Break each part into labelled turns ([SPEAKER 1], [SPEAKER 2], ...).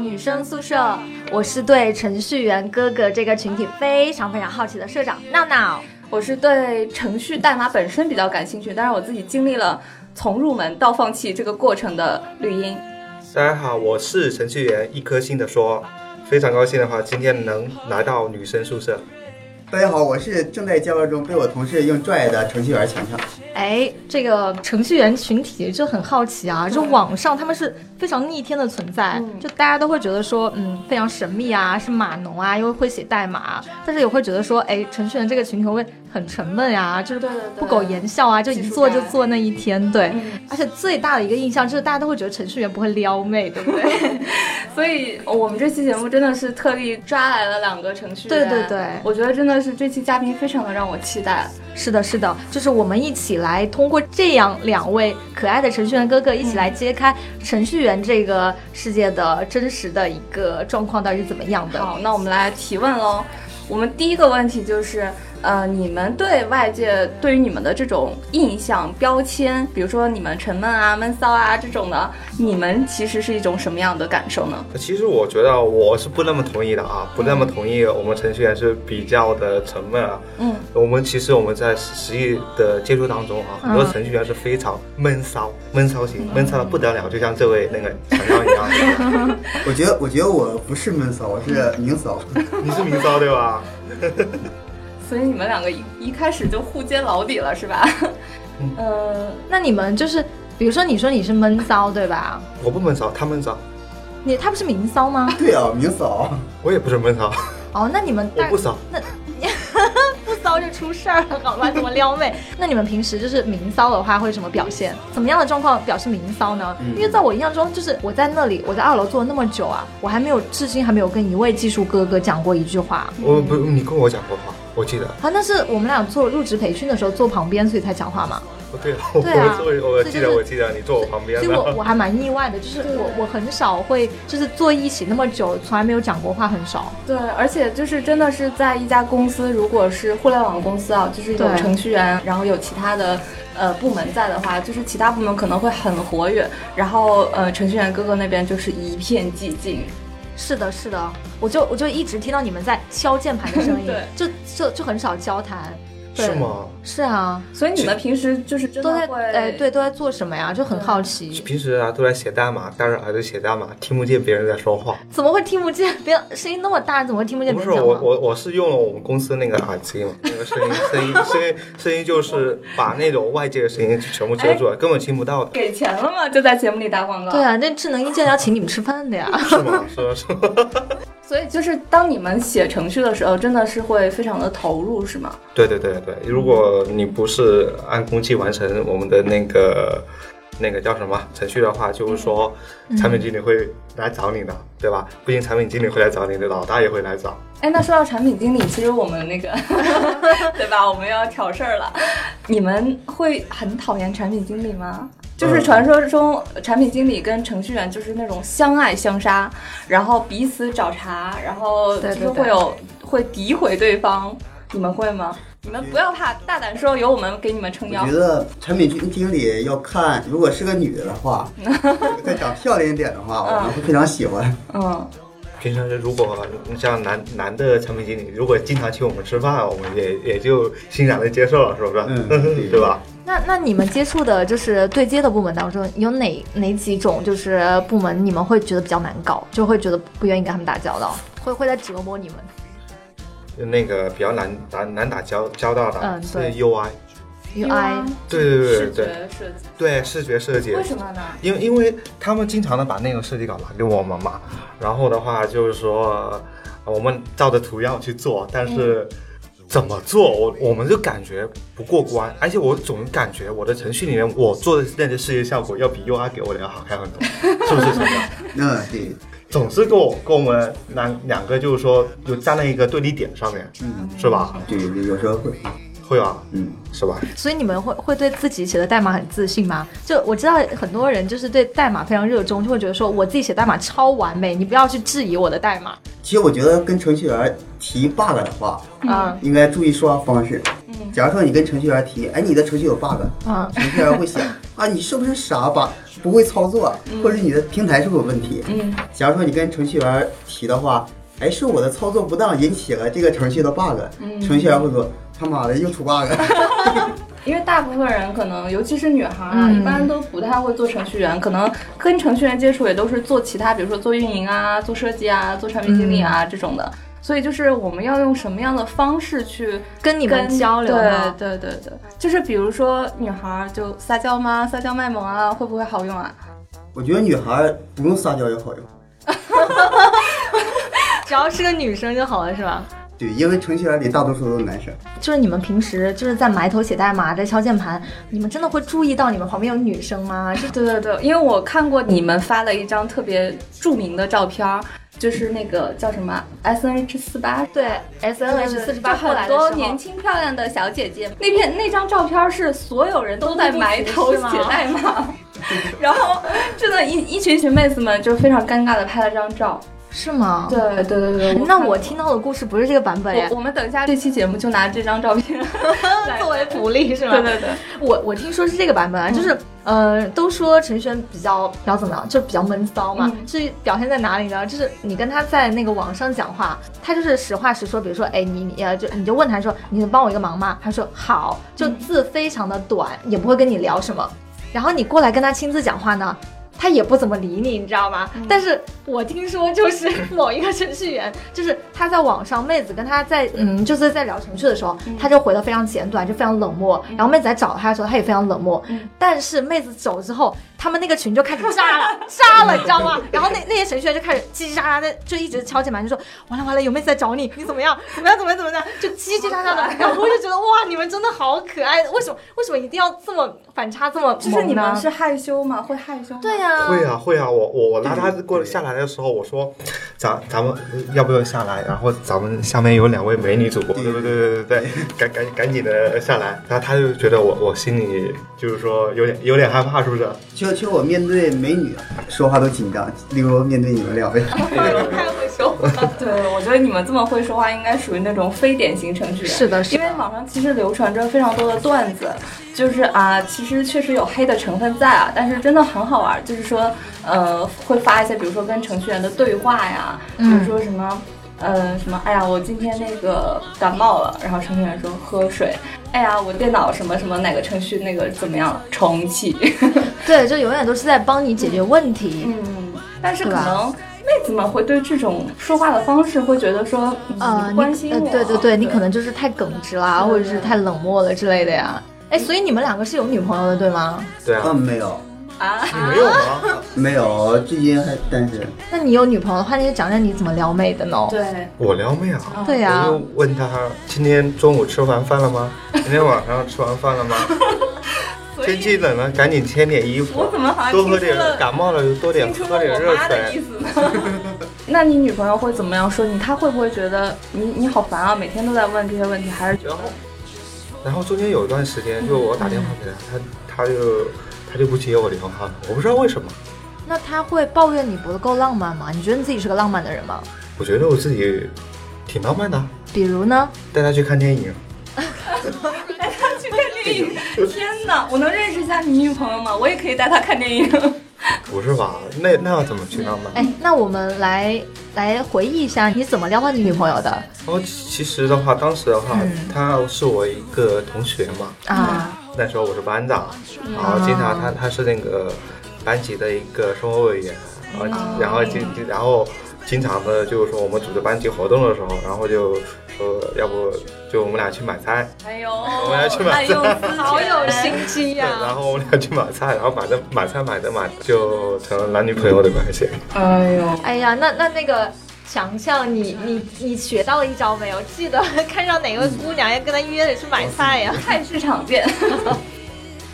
[SPEAKER 1] 女生宿舍，我是对程序员哥哥这个群体非常非常好奇的社长闹闹。
[SPEAKER 2] 我是对程序代码本身比较感兴趣，但是我自己经历了从入门到放弃这个过程的绿茵。
[SPEAKER 3] 大家好，我是程序员一颗星的说，非常高兴的话，今天能来到女生宿舍。
[SPEAKER 4] 大家好，我是正在交流中被我同事用拽的程序员强强。
[SPEAKER 1] 哎，这个程序员群体就很好奇啊，就网上他们是非常逆天的存在，就大家都会觉得说，嗯，非常神秘啊，是码农啊，又会写代码、啊，但是也会觉得说，哎，程序员这个群体会很沉闷呀、啊，就是
[SPEAKER 2] 对对对
[SPEAKER 1] 不苟言笑啊，就
[SPEAKER 2] 技
[SPEAKER 1] 一
[SPEAKER 2] 术
[SPEAKER 1] 做
[SPEAKER 2] 宅
[SPEAKER 1] 就做那一天，对。
[SPEAKER 2] 嗯
[SPEAKER 1] 而且最大的一个印象就是大家都会觉得程序员不会撩妹，对不对？
[SPEAKER 2] 所以我们这期节目真的是特地抓来了两个程序员。
[SPEAKER 1] 对对对
[SPEAKER 2] 我觉得真的是这期嘉宾非常的让我期待。
[SPEAKER 1] 是的，是的，就是我们一起来通过这样两位可爱的程序员哥哥，一起来揭开程序员这个世界的真实的一个状况到底是怎么样的。
[SPEAKER 2] 好，那我们来提问喽。我们第一个问题就是，呃，你们对外界对于你们的这种印象标签，比如说你们沉闷啊、闷骚啊这种的，你们其实是一种什么样的感受呢？
[SPEAKER 3] 其实我觉得我是不那么同意的啊，不那么同意我们程序员是比较的沉闷啊。
[SPEAKER 2] 嗯，
[SPEAKER 3] 我们其实我们在实际的接触当中啊，很多
[SPEAKER 1] 嗯
[SPEAKER 3] 程序员是非常闷骚、闷骚型、闷骚的不得了，就像这位那个强强一样。
[SPEAKER 4] 我觉得，我觉得我不是闷骚，我是明骚。
[SPEAKER 3] 你是明骚对吧？
[SPEAKER 2] 所以你们两个一一开始就互揭老底了，是吧？
[SPEAKER 3] 嗯
[SPEAKER 2] 呃，
[SPEAKER 1] 那你们就是，比如说你说你是闷骚对吧？
[SPEAKER 3] 我不闷骚，他闷骚，
[SPEAKER 1] 你他不是明骚 吗？
[SPEAKER 4] 对啊，明骚。
[SPEAKER 3] 我也不是闷骚，
[SPEAKER 1] 哦，那你们
[SPEAKER 3] 我
[SPEAKER 1] 大
[SPEAKER 3] 不骚。
[SPEAKER 1] 不骚就出事儿了，好吧？怎么撩妹？ 那你们平时就是明骚的话会什么表现？怎么样的状况表示明骚呢？因为在我印象中，就是我在那里，我在二楼坐了那么久啊，我还没有，至今还没有跟一位技术哥哥讲过一句话。
[SPEAKER 3] 我不，你跟我讲过话，我记得。
[SPEAKER 1] 啊，那是我们俩做入职培训的时候坐旁边，所以才讲话嘛。
[SPEAKER 3] 哦对啊，我
[SPEAKER 1] 对啊
[SPEAKER 3] 我我
[SPEAKER 1] 所以
[SPEAKER 3] 记
[SPEAKER 1] 就
[SPEAKER 3] 得
[SPEAKER 1] 是
[SPEAKER 3] 我记得你坐我旁边
[SPEAKER 1] 所以
[SPEAKER 3] 的。
[SPEAKER 1] 我 我还蛮意外的，就是我我很少会就是坐一起那么久，从来没有讲过话，很少。
[SPEAKER 2] 对，而且就是真的是在一家公司，如果是互联网公司啊，就是有
[SPEAKER 1] 对
[SPEAKER 2] 程序员，然后有其他的呃部门在的话，就是其他部门可能会很活跃，然后呃程序员哥哥那边就是一片寂静。
[SPEAKER 1] 是的，是的，我就我就一直听到你们在敲键盘的声音
[SPEAKER 2] 对，
[SPEAKER 1] 就就就很少交谈。对
[SPEAKER 3] 是？吗？
[SPEAKER 1] 是啊，
[SPEAKER 2] 所以你们平时就是真
[SPEAKER 1] 都在
[SPEAKER 2] 的会
[SPEAKER 1] 哎对都在做什么呀？就很好奇，
[SPEAKER 3] 平时啊都在写代码，戴着耳朵写代码，听不见别人在说话。
[SPEAKER 1] 怎么会听不见？别人声音那么大，怎么会听不见
[SPEAKER 3] 不
[SPEAKER 1] 别
[SPEAKER 3] 是
[SPEAKER 1] 人讲
[SPEAKER 3] 我
[SPEAKER 1] 话？
[SPEAKER 3] 我我是用了我们公司那个耳机嘛，那个声音声音声音声音就是把那种外界的声音全部
[SPEAKER 1] 哎
[SPEAKER 3] 遮住了，根本听不到的，
[SPEAKER 2] 给钱了吗？就在节目里打广告。
[SPEAKER 1] 对啊，那智能硬件要请你们吃饭的呀。
[SPEAKER 3] 是吗？是吗？是吗？
[SPEAKER 2] 所以就是当你们写程序的时候，真的是会非常的投入，是吗？
[SPEAKER 3] 对对对对，如果你不是按工期完成我们的那个那个叫什么程序的话，就是说
[SPEAKER 1] 嗯
[SPEAKER 3] 产品经理会来找你的，对吧？不仅产品经理会来找你，你的老大也会来找。
[SPEAKER 2] 哎，那说到产品经理，其实我们 那个，对吧？我们要挑事儿了。你们会很讨厌产品经理吗？
[SPEAKER 3] 呃
[SPEAKER 2] 就是传说中产品经理跟程序员就是那种相爱相杀，然后彼此找茬，然后就
[SPEAKER 1] 对对
[SPEAKER 2] 是会有会诋毁对方，你们会吗？你们不要怕，大胆说，有我们给你们撑
[SPEAKER 4] 我
[SPEAKER 2] 腰
[SPEAKER 4] 觉。得产品经经理要看，如果是个女的的话，再长漂亮一点的话，我们会非常喜欢。
[SPEAKER 2] 嗯，
[SPEAKER 3] 平常如果呃像男男的产品经理，如果经常请我们吃饭，我们也也就欣然的接受了，是不是？
[SPEAKER 4] 嗯
[SPEAKER 3] 对吧？
[SPEAKER 1] 那那你们接触的就是对接的部门当中，有哪哪几种就是部门你们会觉得比较难搞，就会觉得不愿意跟他们打交道，会会在折磨你们？
[SPEAKER 3] 那个比较难打难打交交道的、啊
[SPEAKER 1] 嗯
[SPEAKER 3] 是
[SPEAKER 1] 对
[SPEAKER 3] UI，
[SPEAKER 1] UI
[SPEAKER 3] 对对对
[SPEAKER 2] 视觉设
[SPEAKER 3] 对
[SPEAKER 2] 计，
[SPEAKER 3] 对视觉设计
[SPEAKER 2] 为，什么呢？
[SPEAKER 3] 因为因为他们经常的把那个设计稿拿给我们嘛，然后的话就是说呃我们照着图样去做，但是。怎么做，我我们就感觉不过关，而且我总感觉我的程序里面我做的那些视觉效果要比 UI 给我的要好看很多，是不是？陈哥？
[SPEAKER 4] 嗯，对，
[SPEAKER 3] 总是跟我跟我们两两个就是说有站在一个对立点上面，
[SPEAKER 4] 嗯，
[SPEAKER 3] 是吧？
[SPEAKER 4] 对，有时候会，
[SPEAKER 3] 会吧，
[SPEAKER 4] 嗯，
[SPEAKER 3] 是吧？
[SPEAKER 1] 所以你们会会对自己写的代码很自信吗？就我知道很多人就是对代码非常热衷，就会觉得说我自己写代码超完美，你不要去质疑我的代码。
[SPEAKER 4] 其实我觉得跟程序员提 bug 的话，
[SPEAKER 1] 嗯
[SPEAKER 4] 应该注意说话方式。假如说你跟程序员提，哎，你的程序有 bug，
[SPEAKER 1] 嗯，
[SPEAKER 4] 程序员会想啊，你是不是傻吧？不会操作，或者你的平台是不是有问题。
[SPEAKER 2] 嗯
[SPEAKER 4] 假如说你跟程序员提的话，哎，是我的操作不当引起了这个程序的 bug，、程序员会说他妈的又出 bug，
[SPEAKER 2] 因为大部分人可能，尤其是女孩儿啊，
[SPEAKER 1] 嗯
[SPEAKER 2] 一般都不太会做程序员，可能跟程序员接触也都是做其他，比如说做运营啊、做设计啊、做产品经理
[SPEAKER 1] 嗯
[SPEAKER 2] 啊、这种的。所以就是我们要用什么样的方式去
[SPEAKER 1] 跟你们
[SPEAKER 2] 跟
[SPEAKER 1] 交流吗？
[SPEAKER 2] 对对对对，就是比如说女孩儿就撒娇吗？撒娇卖萌啊，会不会好用啊？
[SPEAKER 4] 我觉得女孩不用撒娇也好用。
[SPEAKER 1] 只要是个女生就好了，是吧？
[SPEAKER 4] 对，因为程序员里大多数都是男生，
[SPEAKER 1] 就是你们平时就是在埋头写代码、在敲键盘，你们真的会注意到你们旁边有女生吗？就
[SPEAKER 2] 对对对，因为我看过你们发了一张特别著名的照片儿，就是那个叫什么啊 S N H 四八
[SPEAKER 1] 对，S N H 四十八
[SPEAKER 2] 就
[SPEAKER 1] 后来的时
[SPEAKER 2] 很多
[SPEAKER 1] 候，
[SPEAKER 2] 年轻漂亮的小姐姐，那片那张照片是所有人都在埋头写代码， 然后真的一一群一群妹子们就非常尴尬的拍了张照。
[SPEAKER 1] 是吗？
[SPEAKER 2] 对对对对，
[SPEAKER 1] 那我听到的故事不是这个版本哎
[SPEAKER 2] 我，我们等一下这期节目就拿这张照片来
[SPEAKER 1] 作为福利是吗？
[SPEAKER 2] 对对对，
[SPEAKER 1] 我我听说是这个版本啊，就是、呃，都说程序员比较比较怎么样，就比较闷骚嘛，
[SPEAKER 2] 嗯
[SPEAKER 1] 是表现在哪里呢？就是你跟他在那个网上讲话，他就是实话实说，比如说，哎，你你呃，就你就问他说，你能帮我一个忙吗？他说好，就字非常的短，也不会跟你聊什么。然后你过来跟他亲自讲话呢。他也不怎么理你，你知道吗？
[SPEAKER 2] 嗯
[SPEAKER 1] 但是我听说就是 某一个程序员，就是他在网上，妹子跟他在嗯，就是在聊程序的时候，
[SPEAKER 2] 嗯
[SPEAKER 1] 他就回的非常简短，就非常冷漠。然后妹子来找他的时候，他也非常冷漠。
[SPEAKER 2] 嗯
[SPEAKER 1] 但是妹子走之后，他们那个群就开始炸 了，炸了，你知道吗？然后那那些程序员就开始叽叽喳喳的，就一直敲键盘，就说完了完了，有妹子在找你，你怎么样？怎么样？怎么样？怎么样？就叽叽喳喳 的。然后我就觉得哇，你们真的好可爱，为什么为什么一定要这么反差这么
[SPEAKER 2] 就是你
[SPEAKER 1] 萌
[SPEAKER 2] 们
[SPEAKER 1] 呢
[SPEAKER 2] 是害羞吗？会害羞吗？
[SPEAKER 1] 对呀、
[SPEAKER 3] 会啊会啊，我我我拉他
[SPEAKER 4] 嗯对
[SPEAKER 3] 过
[SPEAKER 4] 对
[SPEAKER 3] 下来的时候，我说，咱咱们要不要下来？然后咱们下面有两位美女主播，对
[SPEAKER 4] 对
[SPEAKER 3] 对对对对对，赶赶赶紧的下来。然后他就觉得我我心里就是说有点有点害怕，是不是？
[SPEAKER 4] 就就我面对美女说话都紧张，例如面对你们两位，
[SPEAKER 1] 太会说话。
[SPEAKER 2] 对，我觉得你们这么会说话，应该属于那种非典型程序员。
[SPEAKER 1] 是的是的
[SPEAKER 2] 因为网上其实流传着非常多的段子，就是啊，其实确实有黑的成分在啊，但是真的很好玩。就是说，呃，会发一些，比如说跟程序员的对话呀，比
[SPEAKER 1] 嗯
[SPEAKER 2] 如说什么。呃，什么？哎呀，我今天那个感冒了，然后程序员说喝水。哎呀，我电脑什么什么哪个程序那个怎么样了？重 启。
[SPEAKER 1] 对，就永远都是在帮你解决问题。
[SPEAKER 2] 嗯，但是可
[SPEAKER 1] 对吧
[SPEAKER 2] 能妹子们会对这种说话的方式会觉得说，嗯
[SPEAKER 1] 呃，
[SPEAKER 2] 你
[SPEAKER 1] 你
[SPEAKER 2] 关心
[SPEAKER 1] 呃
[SPEAKER 2] 我，
[SPEAKER 1] 对对对，你可能就是太耿直啦，
[SPEAKER 2] 是的
[SPEAKER 1] 或者是太冷漠了之类的呀。哎，所以你们两个是有女朋友的，对吗？
[SPEAKER 3] 对啊，
[SPEAKER 4] 嗯，没有
[SPEAKER 2] 啊，
[SPEAKER 3] 你没有吗？
[SPEAKER 4] 没有，最近还单身，
[SPEAKER 1] 那你有女朋友的话，你就讲讲你怎么撩妹的呢？
[SPEAKER 2] 对，
[SPEAKER 3] 我撩妹啊。
[SPEAKER 2] 哦
[SPEAKER 1] 对呀、
[SPEAKER 3] 我就问他今天中午吃完饭了吗？今天晚上吃完饭了吗？
[SPEAKER 2] 所
[SPEAKER 3] 天
[SPEAKER 2] 以
[SPEAKER 3] 气冷了，赶紧添点衣服
[SPEAKER 2] 我怎么好像。
[SPEAKER 3] 多喝点
[SPEAKER 2] 听出，了
[SPEAKER 3] 感冒了就多点
[SPEAKER 2] 听出
[SPEAKER 3] 喝
[SPEAKER 2] 了
[SPEAKER 3] 点
[SPEAKER 2] 我
[SPEAKER 3] 热
[SPEAKER 2] 妈的意
[SPEAKER 3] 水。
[SPEAKER 2] 思呢。 那你女朋友会怎么样说你？她会不会觉得你你好烦啊？每天都在问这些问题，还是觉
[SPEAKER 3] 然
[SPEAKER 2] 得
[SPEAKER 3] 后，嗯然后中间有一段时间，就我打电话给他，他他就他就不接我电话，我不知道为什么。
[SPEAKER 1] 那他会抱怨你不够浪漫吗？你觉得你自己是个浪漫的人吗？
[SPEAKER 3] 我觉得我自己挺浪漫的，
[SPEAKER 1] 比如呢？
[SPEAKER 3] 带他去看电影。
[SPEAKER 2] 带她去看电影？天哪，我能认识一下你女朋友吗？我也可以带她看电影。
[SPEAKER 3] 不是吧？那那要怎么去浪漫？
[SPEAKER 2] 嗯
[SPEAKER 1] 哎，那我们来来回忆一下，你怎么撩到你女朋友的
[SPEAKER 3] 然后其实的话，当时的话，他是我一个同学嘛，
[SPEAKER 1] 啊？
[SPEAKER 3] 那时候我是班长，
[SPEAKER 2] 嗯
[SPEAKER 3] 然后经常他他是那个班级的一个生活委员，然
[SPEAKER 2] 嗯
[SPEAKER 3] 后然后经然后经常的就是说我们组织班级活动的时候，然后就说要不就我们俩去买菜，
[SPEAKER 2] 哎呦，
[SPEAKER 3] 们要去买
[SPEAKER 2] 滥用 私权
[SPEAKER 1] 好有心机
[SPEAKER 3] 对，
[SPEAKER 2] 啊
[SPEAKER 1] 呀、
[SPEAKER 3] 然后我们俩去买菜，然后买着买菜买着买着就成了男女朋友的关系。
[SPEAKER 2] 哎呦，
[SPEAKER 1] 哎呀，那那那个强强，你你你学到了一招没有？记得 看上哪个姑娘要跟她约着去买菜呀、
[SPEAKER 2] 菜市场 见。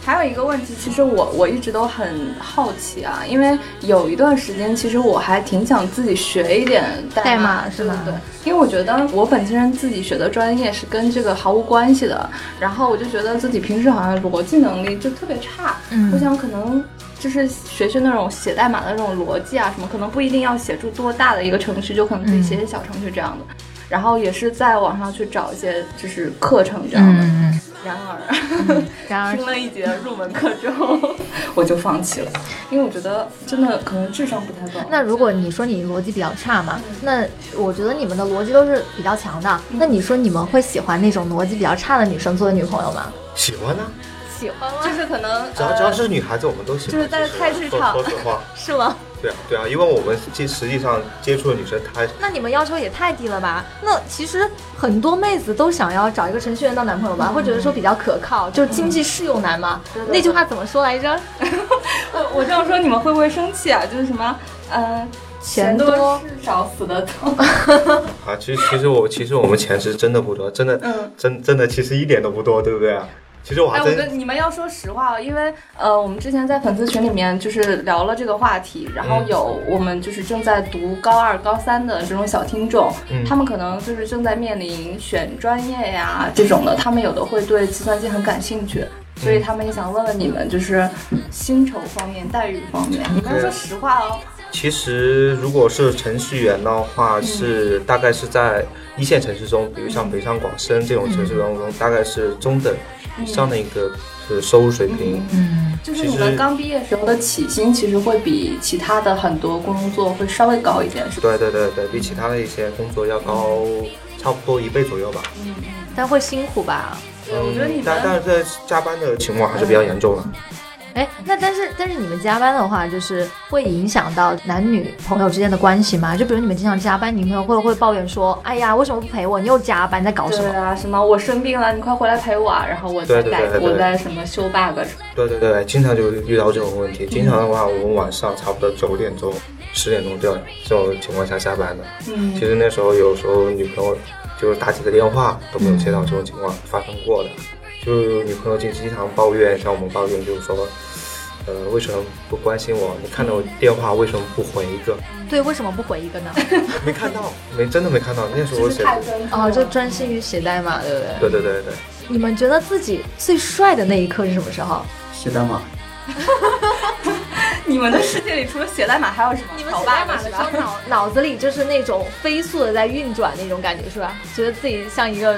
[SPEAKER 2] 还有一个问题，其实我我一直都很好奇啊，因为有一段时间，其实我还挺想自己学一点代
[SPEAKER 1] 代
[SPEAKER 2] 码，
[SPEAKER 1] 码是吧
[SPEAKER 2] 对对对，因为我觉得我本身自己学的专业是跟这个毫无关系的，然后我就觉得自己平时好像逻辑能力就特别差，
[SPEAKER 1] 嗯
[SPEAKER 2] 我想可能就是学学那种写代码的那种逻辑啊什么，可能不一定要写出多大的一个程序，就可能自己写写小程序这样的。然后也是在网上去找一些就是课程这样的，
[SPEAKER 1] 嗯，
[SPEAKER 2] 然而，
[SPEAKER 1] 然而
[SPEAKER 2] 听了一节入门课之后，我就放弃了，因为我觉得真的可能智商不太高。
[SPEAKER 1] 那如果你说你逻辑比较差嘛，那我觉得你们的逻辑都是比较强的。那你说你们会喜欢那种逻辑比较差的女生做女朋友吗？
[SPEAKER 3] 喜欢呢，
[SPEAKER 1] 喜欢吗？
[SPEAKER 2] 就是可能
[SPEAKER 3] 只要只要
[SPEAKER 2] 呃
[SPEAKER 3] 是女孩子，我们都喜欢。
[SPEAKER 2] 就是在
[SPEAKER 3] 其实
[SPEAKER 2] 菜市场
[SPEAKER 3] 说说实话，
[SPEAKER 1] 是吗？
[SPEAKER 3] 对啊对啊，因为我们接实际上接触的女生她
[SPEAKER 1] 那你们要求也太低了吧？那其实很多妹子都想要找一个程序员当男朋友吧，会觉得说比较可靠，就是经济适用男嘛。
[SPEAKER 2] 对对
[SPEAKER 1] 那句话怎么说来着？
[SPEAKER 2] 呃我我这样说你们会不会生气啊？就是什么，呃，
[SPEAKER 1] 钱
[SPEAKER 2] 多
[SPEAKER 1] 多
[SPEAKER 2] 事少死的 多。
[SPEAKER 3] 啊，其实其实我其实我们钱是真的不多，真的、
[SPEAKER 2] 嗯
[SPEAKER 3] 真真的其实一点都不多，对不对啊？其实我
[SPEAKER 2] 哎，
[SPEAKER 3] 还
[SPEAKER 2] 我跟
[SPEAKER 3] 真
[SPEAKER 2] 你们要说实话哦，因为呃，我们之前在粉丝群里面就是聊了这个话题，然后
[SPEAKER 3] 嗯
[SPEAKER 2] 有我们就是正在读高二、高三的这种小听众，
[SPEAKER 3] 嗯
[SPEAKER 2] 他们可能就是正在面临选专业呀这种的，他们有的会对计算机很感兴趣。
[SPEAKER 3] 嗯
[SPEAKER 2] 所以他们也想问问你们，就是薪酬方面、待遇方面，你们要说实话哦。
[SPEAKER 3] 其实如果是程序员的
[SPEAKER 2] 嗯
[SPEAKER 3] 话，是大概是在一线城市中，比如像北上广深这种城市当
[SPEAKER 2] 嗯
[SPEAKER 3] 中，大概是中等以上的一个呃收入水平。
[SPEAKER 1] 嗯，
[SPEAKER 2] 就是你们刚毕业时候的起薪，其实会比其他的很多工作会稍微高一点，是吧？
[SPEAKER 3] 对对对对，比其他的一些工作要高差不多一倍左右吧。
[SPEAKER 2] 嗯，
[SPEAKER 1] 但会辛苦吧？
[SPEAKER 2] 对，我觉得你
[SPEAKER 3] 嗯但但
[SPEAKER 2] 们
[SPEAKER 3] 是在加班的情况还是比较严重的。
[SPEAKER 1] 哎，那但是但是你们加班的话，就是会影响到男女朋友之间的关系吗？就比如你们经常加班，女朋友会不会抱怨说，哎呀，为什么不陪我？你又加班，你在搞什
[SPEAKER 2] 对
[SPEAKER 1] 么？
[SPEAKER 2] 啊，什么我生病了，你快回来陪我啊，然后我再
[SPEAKER 3] 哦对对
[SPEAKER 2] 改，
[SPEAKER 3] 对对对
[SPEAKER 2] 我再什么修 bug 什么。
[SPEAKER 3] 对对对，经常就遇到这种问题。经常的话，我们晚上差不多九点钟、十点钟这种这种情况下下班的。
[SPEAKER 2] 嗯
[SPEAKER 3] 其实那时候有时候女朋友就是打几个电话都没有接到，这种情况发生过的。就是女朋友经经常抱怨，向我们抱怨，就是说，呃，为什么不关心我？你看到我电话为什么不回一个？
[SPEAKER 1] 对，为什么不回一个呢？
[SPEAKER 3] 没看到，没真的没看到。那时候
[SPEAKER 2] 就是
[SPEAKER 3] 写
[SPEAKER 2] 太真诚了
[SPEAKER 1] 哦，就专心于写代码，对不对？
[SPEAKER 3] 对对对对，
[SPEAKER 1] 你们觉得自己最帅的那一刻是什么时候？
[SPEAKER 4] 写代码，
[SPEAKER 2] 你们的世界里除了写代码还有什么？考 bug 是吧？
[SPEAKER 1] 脑 脑子里就是那种飞速的在运转那种感觉是吧？觉得自己像一个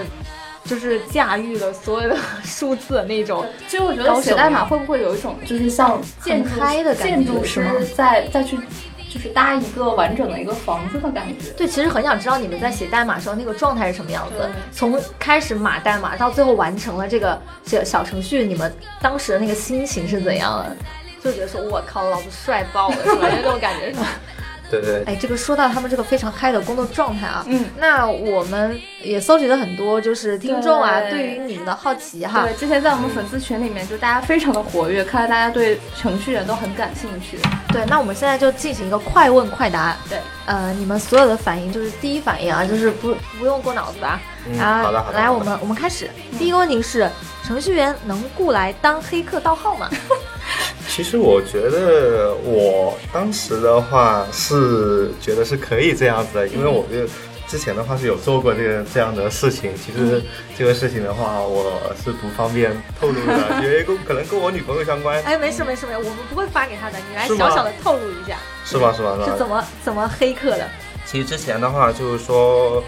[SPEAKER 1] 就是驾驭了所有的 数字的那种。
[SPEAKER 2] 其实我觉得写代码会不会有一种就是像建筑
[SPEAKER 1] 很嗨的感觉
[SPEAKER 2] 建筑
[SPEAKER 1] 是吗
[SPEAKER 2] 师再再去就是搭一个完整的一个房子的感觉？
[SPEAKER 1] 对，其实很想知道你们在写代码时候那个状态是什么样子
[SPEAKER 2] 对。
[SPEAKER 1] 从开始码代码到最后完成了这个小小程序，你们当时的那个心情是怎样的？就觉得说，我靠，老子帅爆了，是吧？ 就那种感觉是吧？
[SPEAKER 3] 对对
[SPEAKER 1] 哎，这个说到他们这个非常嗨的工作状态啊，
[SPEAKER 2] 嗯，
[SPEAKER 1] 那我们也搜集了很多就是听众啊
[SPEAKER 2] 对
[SPEAKER 1] 对于你们的好奇哈
[SPEAKER 2] 对，。之前在我们粉丝群里面，就大家非常的活跃，看来大家对程序员都很感兴趣。
[SPEAKER 1] 对，那我们现在就进行一个快问快答。
[SPEAKER 2] 对，
[SPEAKER 1] 呃，你们所有的反应就是第一反应啊，就是不不用过脑子吧。
[SPEAKER 3] 嗯
[SPEAKER 1] 啊，
[SPEAKER 3] 好的好的
[SPEAKER 1] 来，
[SPEAKER 3] 好
[SPEAKER 1] 我
[SPEAKER 3] 的
[SPEAKER 1] 们我们开始。第一个问题是，程序员能雇来当黑客盗号吗？
[SPEAKER 3] 其实我觉得我当时的话是觉得是可以这样子的，因为我就之前的话是有做过这个这样的事情。其实这个事情的话，我是不方便透露的，因为跟可能跟我女朋友相关，
[SPEAKER 1] 哎，没事没事没事，我们不会发给他的，你来
[SPEAKER 3] 是
[SPEAKER 1] 小
[SPEAKER 3] 吗
[SPEAKER 1] 小的透露一下，
[SPEAKER 3] 是吧？是吧？
[SPEAKER 1] 是
[SPEAKER 3] 是吧？
[SPEAKER 1] 怎么怎么黑客的？
[SPEAKER 3] 其实之前的话就是说，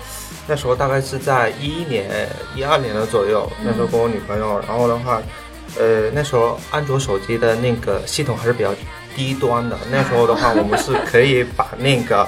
[SPEAKER 3] 那时候大概是在一一年、一二年的左右，那时候跟我女朋友，然后的话，呃，那时候安卓手机的那个系统还是比较低端的，那时候的话，我们是可以把那个。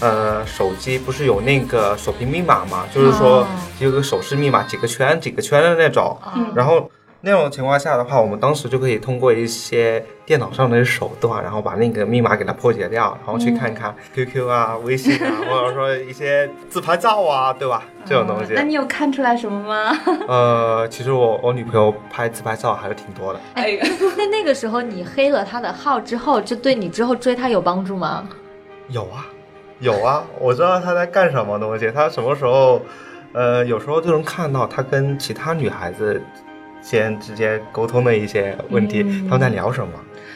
[SPEAKER 3] 呃，手机不是有那个锁屏密码嘛？就是说
[SPEAKER 1] 哦
[SPEAKER 3] 有个手势密码，几个圈几个圈的那种。
[SPEAKER 2] 哦
[SPEAKER 1] 啊，
[SPEAKER 3] 然后那种情况下的话，我们当时就可以通过一些电脑上的手段，然后把那个密码给它破解掉，然后去看
[SPEAKER 2] 嗯
[SPEAKER 3] 看 QQ 啊、微信啊，或者说一些自拍照啊，对吧？这种东西。
[SPEAKER 2] 哦那你有看出来什么吗？
[SPEAKER 3] 呃，其实我我女朋友拍自拍照还是挺多的。
[SPEAKER 2] 哎呀，
[SPEAKER 1] 那那个时候你黑了他的号之后，这对你之后追他有帮助吗？
[SPEAKER 3] 有啊，有啊，我知道她在干什么东西，她什么时候，呃，有时候就能看到她跟
[SPEAKER 2] 嗯
[SPEAKER 3] 其他女孩子。间之间沟通的一些问题，他们在聊什么？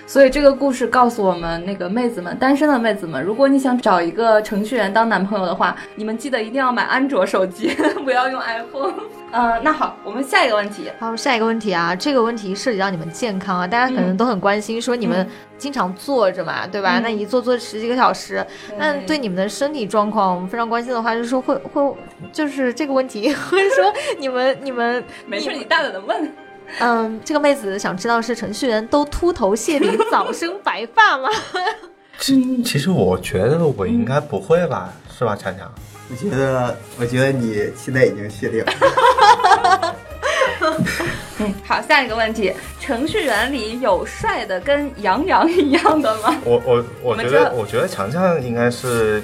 [SPEAKER 2] 所以这个故事告诉我们，那个妹子们，单身的妹子们，如果你想找一个程序员当男朋友的话，你们记得一定要买安卓手机， 不要用 iPhone。呃，那好，我们下一个问题。
[SPEAKER 1] 好，下一个问题啊，这个问题涉及到你们健康啊，大家可能都很关心，说你们经常坐着嘛，对吧？
[SPEAKER 2] 嗯
[SPEAKER 1] 那一坐坐十几个小时，那对你们的身体状况，我们非常关心的话，就是说会会，就是这个问题 会说你们你们
[SPEAKER 2] 没事，你大胆的问。
[SPEAKER 1] 嗯，这个妹子想知道是程序员都秃头 谢顶、早生白发吗？
[SPEAKER 3] 其其实我觉得我应该不会吧，是吧，强强？
[SPEAKER 4] 我觉得，我觉得你现在已经 确定了，
[SPEAKER 2] 嗯，好，下一个问题，程序员里有帅的跟杨洋一样的吗？
[SPEAKER 3] 我我
[SPEAKER 2] 我
[SPEAKER 3] 我觉得
[SPEAKER 2] 们这
[SPEAKER 3] 我觉得强强应该是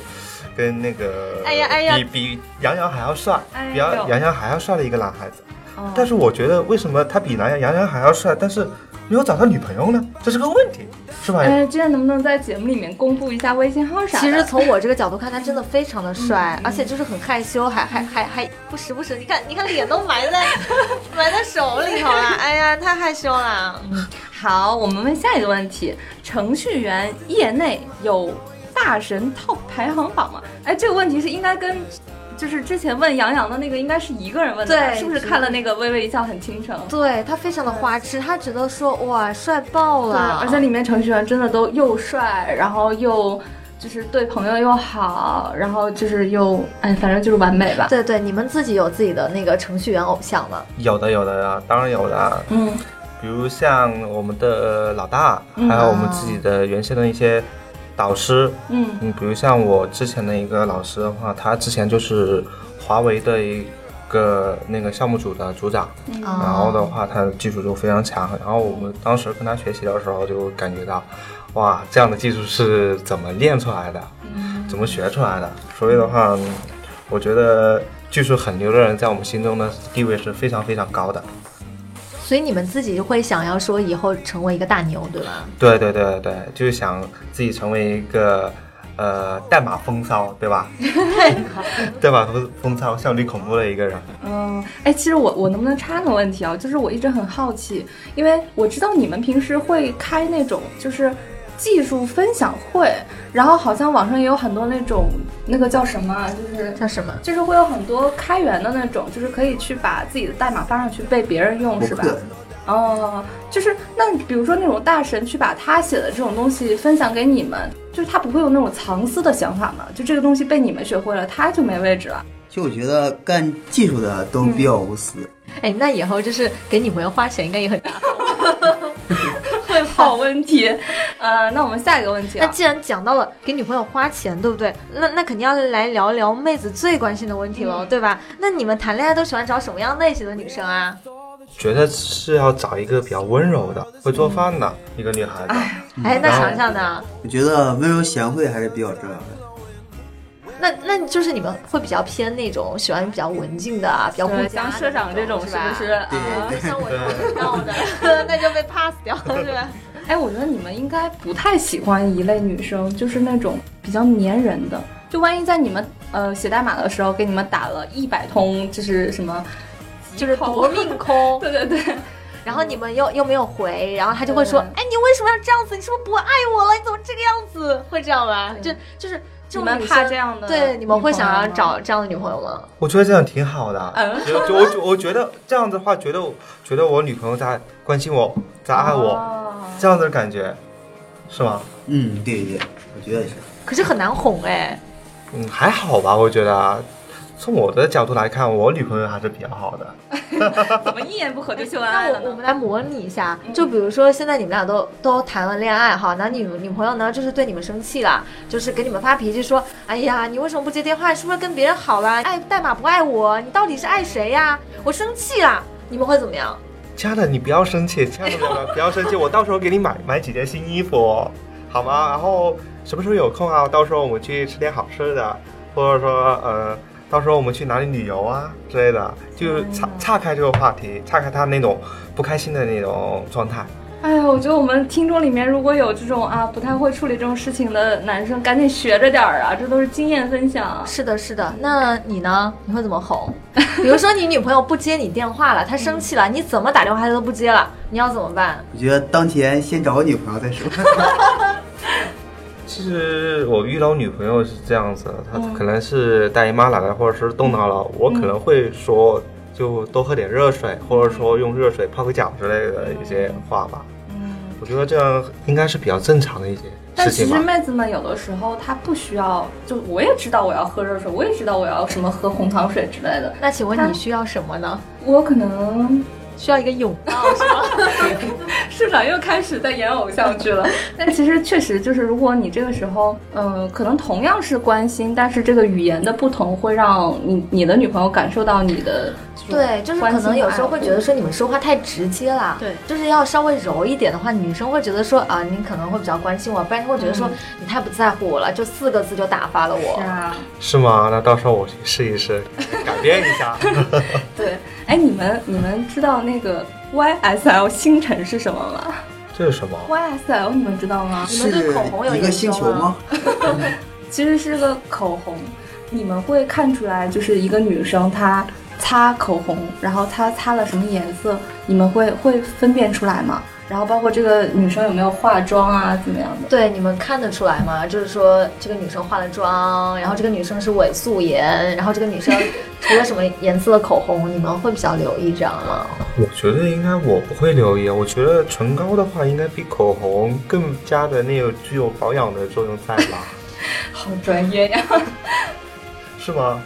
[SPEAKER 3] 跟那个
[SPEAKER 1] 哎呀哎呀
[SPEAKER 3] 比比杨洋还要帅，
[SPEAKER 2] 哎呦
[SPEAKER 3] 比杨杨洋还要帅的一个男孩子。
[SPEAKER 2] 哦
[SPEAKER 3] 但是我觉得为什么他比男杨杨洋还要帅，但是没有找到女朋友呢？这是个问题，是吧？
[SPEAKER 2] 哎，今天能不能在节目里面公布一下微信号啥的？
[SPEAKER 1] 其 实从我这个角度看，他真的非常的帅，而且就是很害羞，还还还还不时不时，你看你看脸都埋在 埋在手里头了，哎呀，太害羞了。
[SPEAKER 2] 好，我们问下一个问题：程序员业内有大神 top 排行榜吗？哎，这个问题是应该跟。就是之前问杨洋的那个，应该是一个人问的吧，
[SPEAKER 1] 对
[SPEAKER 2] 是不是
[SPEAKER 1] 是
[SPEAKER 2] 看了那个《微微一笑很倾城》？
[SPEAKER 1] 对他非常的花痴，他觉得说哇帅爆
[SPEAKER 2] 对，
[SPEAKER 1] 了，
[SPEAKER 2] 而且里面程序员真的都又帅，然后又就是对朋友又好，然后就是又哎，反正就是完美吧。
[SPEAKER 1] 对对，你们自己有自己的那个程序员偶像吗？
[SPEAKER 3] 有的有的啊，当然有的啊。
[SPEAKER 2] 嗯
[SPEAKER 3] 比如像我们的老大，还有我们自己的原先的一些导师，
[SPEAKER 2] 嗯
[SPEAKER 3] 嗯，比如像我之前的一个老师的话，他之前就是华为的一个那个项目组的组长，
[SPEAKER 1] 啊
[SPEAKER 3] 然后的话他的技术就非常强，然后我们当时跟他学习的时候就感觉到，哇，这样的技术是怎么练出来的，怎么学出来的？所以的话，嗯我觉得技术很牛的人在我们心中的地位是非常非常高的。
[SPEAKER 1] 所以你们自己会想要说以后成为一个大牛，对吧？
[SPEAKER 3] 对对对对，就是想自己成为一个呃代码风骚，对吧？代码风风骚、效率恐怖的一个人。
[SPEAKER 2] 嗯，哎，其实我我能不能插个问题啊？就是我一直很好奇，因为我知道你们平时会开那种就是技术分享会，然后好像网上也有很多那种那个叫什么啊，就是
[SPEAKER 1] 叫什么？
[SPEAKER 2] 就是会有很多开源的那种，就是可以去把自己的代码发上去被别人用，是吧？
[SPEAKER 4] 客
[SPEAKER 2] 哦，就是那比如说那种大神去把他写的这种东西分享给你们，就是他不会有那种藏私的想法吗？就这个东西被你们学会了，他就没位置了。
[SPEAKER 4] 就我觉得干技术的都比较无私，
[SPEAKER 1] 哎，那以后就是给女朋友花钱应该也很大。
[SPEAKER 2] 会好问题，呃，那我们下一个问题
[SPEAKER 1] 那
[SPEAKER 2] 啊，
[SPEAKER 1] 既然讲到了给女朋友花钱，对不对？那那肯定要来聊聊妹子最关心的问题喽，
[SPEAKER 2] 嗯
[SPEAKER 1] 对吧？那你们谈恋爱都喜欢找什么样类型的女生啊？
[SPEAKER 3] 觉得是要找一个比较温柔的、会做饭的一个女孩子。
[SPEAKER 2] 嗯
[SPEAKER 1] 哎，那
[SPEAKER 3] 然后
[SPEAKER 1] 想想呢？
[SPEAKER 4] 我觉得温柔贤惠还是比较重要
[SPEAKER 1] 啊
[SPEAKER 4] 的。
[SPEAKER 1] 那那就是你们会比较偏那种喜欢比较文静的啊，比较顾
[SPEAKER 2] 对
[SPEAKER 1] 家
[SPEAKER 2] 像
[SPEAKER 1] 的
[SPEAKER 2] 社长这种
[SPEAKER 1] 是
[SPEAKER 2] 是
[SPEAKER 1] 吧
[SPEAKER 2] 不是？啊
[SPEAKER 4] 对对
[SPEAKER 1] 像我这种知道的， 那就被 pass 掉了，是吧？
[SPEAKER 2] 哎，我觉得你们应该不太喜欢一类女生，就是那种比较粘人的。就万一在你们呃写代码的时候给你们打了一百通，就是什么，
[SPEAKER 1] 就是夺命 空，
[SPEAKER 2] 对对对，
[SPEAKER 1] 然后你们又又没有回，然后他就会说
[SPEAKER 2] 对：“
[SPEAKER 1] 哎，你为什么要这样子？你是不是不爱我了？你怎么这个样子？会这样吗？”就
[SPEAKER 2] 对
[SPEAKER 1] 就是这种
[SPEAKER 2] 你们
[SPEAKER 1] 女
[SPEAKER 2] 怕
[SPEAKER 1] 生
[SPEAKER 2] 这样的女朋友吗，
[SPEAKER 1] 对，你们会想要找这样的女朋友吗？
[SPEAKER 3] 我觉得这样挺好的。
[SPEAKER 2] 嗯
[SPEAKER 3] 就就我我觉得这样子的话，觉得觉得我女朋友在关心我，在爱啊我，
[SPEAKER 2] 哦
[SPEAKER 3] 这样子的感觉，是吗？
[SPEAKER 4] 嗯，对对，我觉得也是。
[SPEAKER 1] 可是很难哄哎。
[SPEAKER 3] 嗯，还好吧，我觉得啊。从我的角度来看，我女朋友还是比较好的。
[SPEAKER 2] 怎么一言不合就秀恩
[SPEAKER 1] 哎那
[SPEAKER 2] 爱了
[SPEAKER 1] 我我
[SPEAKER 2] 呢？
[SPEAKER 1] 们来模拟一下，就比如说现在你们俩都都谈了恋爱哈，那女女朋友呢就是对你们生气了，就是给你们发脾气说：“哎呀，你为什么不接电话？是不是跟别人好了？爱代码不爱我？你到底是爱谁呀？我生气啦！”你们会怎么样？
[SPEAKER 3] 亲爱的，你不要生气，亲爱的，不要不要生气，我到时候给你买买几件新衣服，哦好吗？然后什么时候有空啊？到时候我们去吃点好吃的，或者说呃，到时候我们去哪里旅游啊之类的，就是岔岔开这个话题，岔开他那种不开心的那种状态，
[SPEAKER 2] 哎呀，我觉得我们听众里面如果有这种啊不太会处理这种事情的男生，赶紧学着点儿啊，这都是经验分享啊。
[SPEAKER 1] 是的，是的。那你呢？你会怎么哄？比如说你女朋友不接你电话了，她生气了，你怎么打电话她都不接了，你要怎么办？
[SPEAKER 4] 我觉得当前先找个女朋友再说。
[SPEAKER 3] 其实我遇到女朋友是这样子的，她可能是大姨妈来了，或者是冻到了，我可能会说就多喝点热水，或者说用热水泡个脚之类的一些话吧。
[SPEAKER 2] 嗯，
[SPEAKER 3] 我觉得这样应该是比较正常的一些
[SPEAKER 2] 但
[SPEAKER 3] 事
[SPEAKER 2] 其
[SPEAKER 3] 情
[SPEAKER 2] 实
[SPEAKER 3] 吧。
[SPEAKER 2] 妹子们有的时候她不需要，就我也知道我要喝热水，我也知道我要什么喝红糖水之类的，
[SPEAKER 1] 那请问你需要什么呢？
[SPEAKER 2] 我可能
[SPEAKER 1] 需要一个拥抱是吗？
[SPEAKER 2] 市场又开始在演偶像剧了。 但其实确实就是，如果你这个时候，嗯、可能同样是关心，但是这个语言的不同会让你你的女朋友感受到你的这种
[SPEAKER 1] 对，就是可
[SPEAKER 2] 关心嗯
[SPEAKER 1] 能
[SPEAKER 2] 和
[SPEAKER 1] 有时候会
[SPEAKER 2] 爱护
[SPEAKER 1] 觉得说你们说话太直接了，
[SPEAKER 5] 对
[SPEAKER 1] 就是要稍微柔一点的话，女生会觉得说啊，你可能会比较关心我，不然会觉得说你太不在乎我了，就四个字就打发了我
[SPEAKER 2] 嗯是。啊，
[SPEAKER 3] 是吗？那到时候我去试一 试，改变一下。
[SPEAKER 2] 对。哎，你们你们知道那个 YSL 星辰是什么 吗
[SPEAKER 3] 这是什么？
[SPEAKER 2] ？YSL 你们知道吗？
[SPEAKER 1] 你们对口红有
[SPEAKER 4] 一个
[SPEAKER 1] 研
[SPEAKER 4] 星
[SPEAKER 1] 究
[SPEAKER 4] 球
[SPEAKER 1] 吗
[SPEAKER 4] 吗？
[SPEAKER 2] 其实是个口红，你们会看出来，就是一个女生她擦口红，然后她擦了什么颜色，你们会会分辨出来吗？然后包括这个女生有没有化妆啊，怎么样的？
[SPEAKER 1] 对，你们看得出来吗？就是说这个女生化了妆，然后这个女生是伪素颜，然后这个女生 涂了什么颜色的口红，你们会比较留意这样吗？
[SPEAKER 3] 我觉得应该我不会留意，我觉得唇膏的话应该比口红更加的那个具有保养的作用在吧？
[SPEAKER 2] 好专业呀！
[SPEAKER 3] 是吗？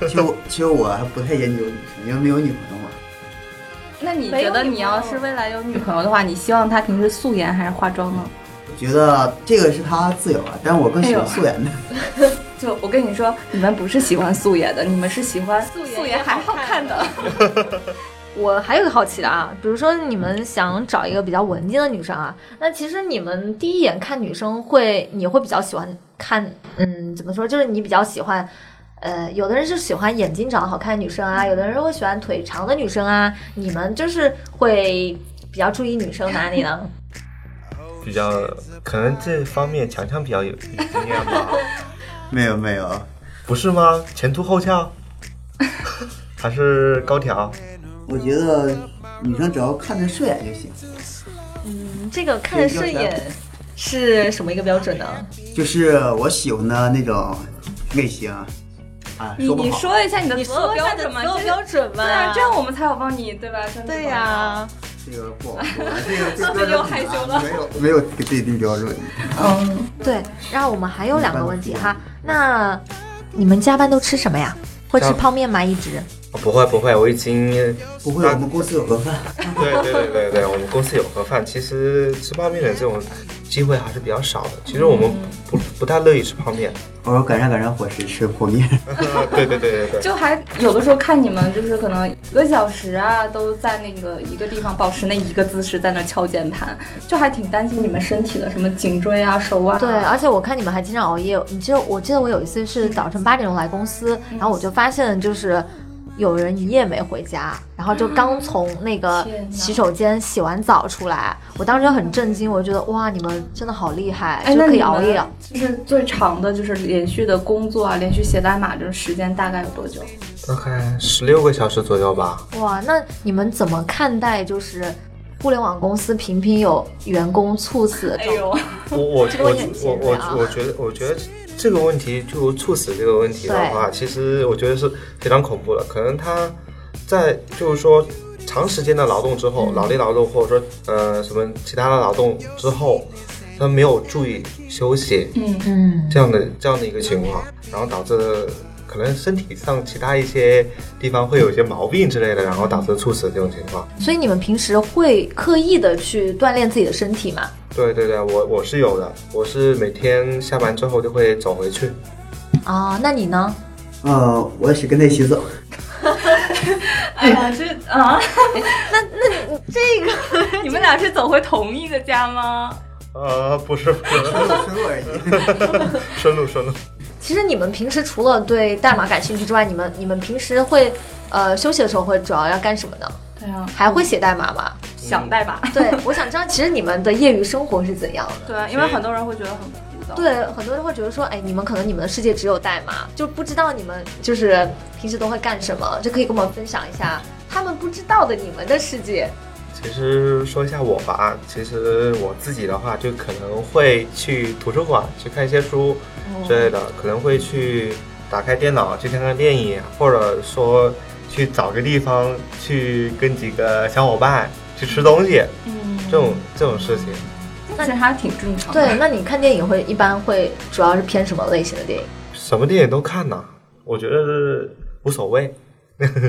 [SPEAKER 4] 其实我其实我还不太研究女生，因为没有女朋友嘛。
[SPEAKER 2] 那你
[SPEAKER 1] 没有
[SPEAKER 2] 觉得
[SPEAKER 1] 女
[SPEAKER 2] 你要
[SPEAKER 1] 朋友
[SPEAKER 2] 是未来有女朋友的话，你希望她平时素颜还是化妆呢？
[SPEAKER 4] 我觉得这个是她自由啊，但是我更喜
[SPEAKER 1] 哎
[SPEAKER 4] 欢素颜的。
[SPEAKER 2] 就我跟你说，你们不是喜欢素颜的，你们是喜欢
[SPEAKER 1] 素颜
[SPEAKER 2] 素颜还好看的。
[SPEAKER 1] 我还有个好奇的啊，比如说你们想找一个比较文静的女生啊，那其实你们第一眼看女生会，你会比较喜欢看，嗯，怎么说，就是你比较喜欢。呃，有的人是喜欢眼睛长得好看的女生啊，有的人会喜欢腿长的女生啊。你们就是会比较注意女生哪里呢？
[SPEAKER 3] 比较可能这方面强强比较有有经验 吧，
[SPEAKER 4] 没有没有，
[SPEAKER 3] 不是吗？前凸后翘， 还是高挑？
[SPEAKER 4] 我觉得女生只要看着顺眼就行。
[SPEAKER 1] 嗯， 这个看着顺眼是什么一个标准呢？
[SPEAKER 4] 就是我喜欢的那种类型啊，啊，
[SPEAKER 2] 你
[SPEAKER 4] 说不
[SPEAKER 2] 你
[SPEAKER 4] 好。
[SPEAKER 2] 说一下你的所有标准嘛，
[SPEAKER 1] 所有
[SPEAKER 2] 这
[SPEAKER 1] 标准嘛？
[SPEAKER 2] 对啊，这样我们才有帮你对吧？针
[SPEAKER 5] 对
[SPEAKER 2] 吧
[SPEAKER 5] 呀、
[SPEAKER 4] 这个不好说，这个这 个
[SPEAKER 2] 又害羞了
[SPEAKER 4] 没有没有给自己定标准。
[SPEAKER 2] 嗯，
[SPEAKER 1] 对，然后我们还有两个问题哈，那你们加班都吃什么呀？会吃
[SPEAKER 3] 加
[SPEAKER 1] 泡面吗？一
[SPEAKER 2] 啊
[SPEAKER 1] 直？
[SPEAKER 3] 哦不会不会，我已经
[SPEAKER 4] 不会，我们公司有盒饭，
[SPEAKER 3] 对对对对对，我们公司有盒饭，其实吃泡面的这种机会还是比较少的。其实我们不不太乐意吃泡面。
[SPEAKER 4] 偶尔改善改善伙食，吃泡面。
[SPEAKER 3] 对对对对对。
[SPEAKER 2] 就还有的时候看你们就是可能一个小时啊，都在那个一个地方保持那一个姿势，在那敲键盘，就还挺担心你们身体的什么颈椎啊、手腕、啊。
[SPEAKER 1] 对，而且我看你们还经常熬夜。你记得我记得我有一次是
[SPEAKER 2] 嗯
[SPEAKER 1] 早晨八点钟来公司，然后我就发现就是有人一夜没回家，然后就刚从那个
[SPEAKER 2] 嗯天哪
[SPEAKER 1] 洗手间洗完澡出来，我当时很震惊，我就觉得哇，你们真的好厉害，
[SPEAKER 2] 哎，
[SPEAKER 1] 就
[SPEAKER 2] 那
[SPEAKER 1] 可
[SPEAKER 2] 你
[SPEAKER 1] 以熬夜啊
[SPEAKER 2] 们。就是最长的就是连续的工作啊，连续写代码这种时间大概有多久？
[SPEAKER 3] 大概十六个小时左右吧。
[SPEAKER 1] 哇，那你们怎么看待就是互联网公司频频有员工猝死的
[SPEAKER 2] 哎
[SPEAKER 1] 状况？
[SPEAKER 2] 呦，
[SPEAKER 3] 我我
[SPEAKER 1] 这个
[SPEAKER 3] 我
[SPEAKER 1] 问题很尖锐
[SPEAKER 3] 我
[SPEAKER 1] 啊
[SPEAKER 3] 我我觉得我觉得这个问题就猝死这个问题的话，其实我觉得是非常恐怖的。可能他在就是说长时间的劳动之后，脑力劳动或者说呃什么其他的劳动之后，他没有注意休息，
[SPEAKER 2] 嗯，
[SPEAKER 1] 嗯，
[SPEAKER 3] 这样的这样的一个情况，然后导致可能身体上其他一些地方会有一些毛病之类的，然后导致猝死这种情况。
[SPEAKER 1] 所以你们平时会刻意的去锻炼自己的身体吗？
[SPEAKER 3] 对对对，我我是有的，我是每天下班之后就会走回去。
[SPEAKER 1] 啊，那你呢？
[SPEAKER 4] 呃，我也是跟他一起走。
[SPEAKER 2] 哎呀，这啊，
[SPEAKER 1] 这个
[SPEAKER 2] 你们俩是走回同一个家吗？
[SPEAKER 3] 呃，不是，不是，
[SPEAKER 4] 顺路而已。
[SPEAKER 3] 顺路顺路。
[SPEAKER 1] 其实你们平时除了对代码感兴趣之外，你们你们平时会呃休息的时候会主要要干什么呢？
[SPEAKER 2] 对啊，
[SPEAKER 1] 还会写代码吗？
[SPEAKER 2] 想代码。
[SPEAKER 5] 对，我想知道其实你们的业余生活是怎样的？
[SPEAKER 2] 对啊，因为很多人会觉得很枯燥。
[SPEAKER 5] 对，很多人会觉得说，哎，你们可能你们的世界只有代码，就不知道你们就是平时都会干什么，就可以跟我们分享一下他们不知道的你们的世界。
[SPEAKER 3] 其实说一下我吧，其实我自己的话，就可能会去图书馆去看一些书
[SPEAKER 5] 哦
[SPEAKER 3] 之类的，可能会去打开电脑去看看电影，或者说去找个地方去跟几个小伙伴去吃东西，
[SPEAKER 2] 嗯，
[SPEAKER 3] 这种这种事情。
[SPEAKER 2] 其实还挺正常的。
[SPEAKER 5] 对，那你看电影会一般会主要是偏什么类型的电影？
[SPEAKER 3] 什么电影都看呐，我觉得是无所谓。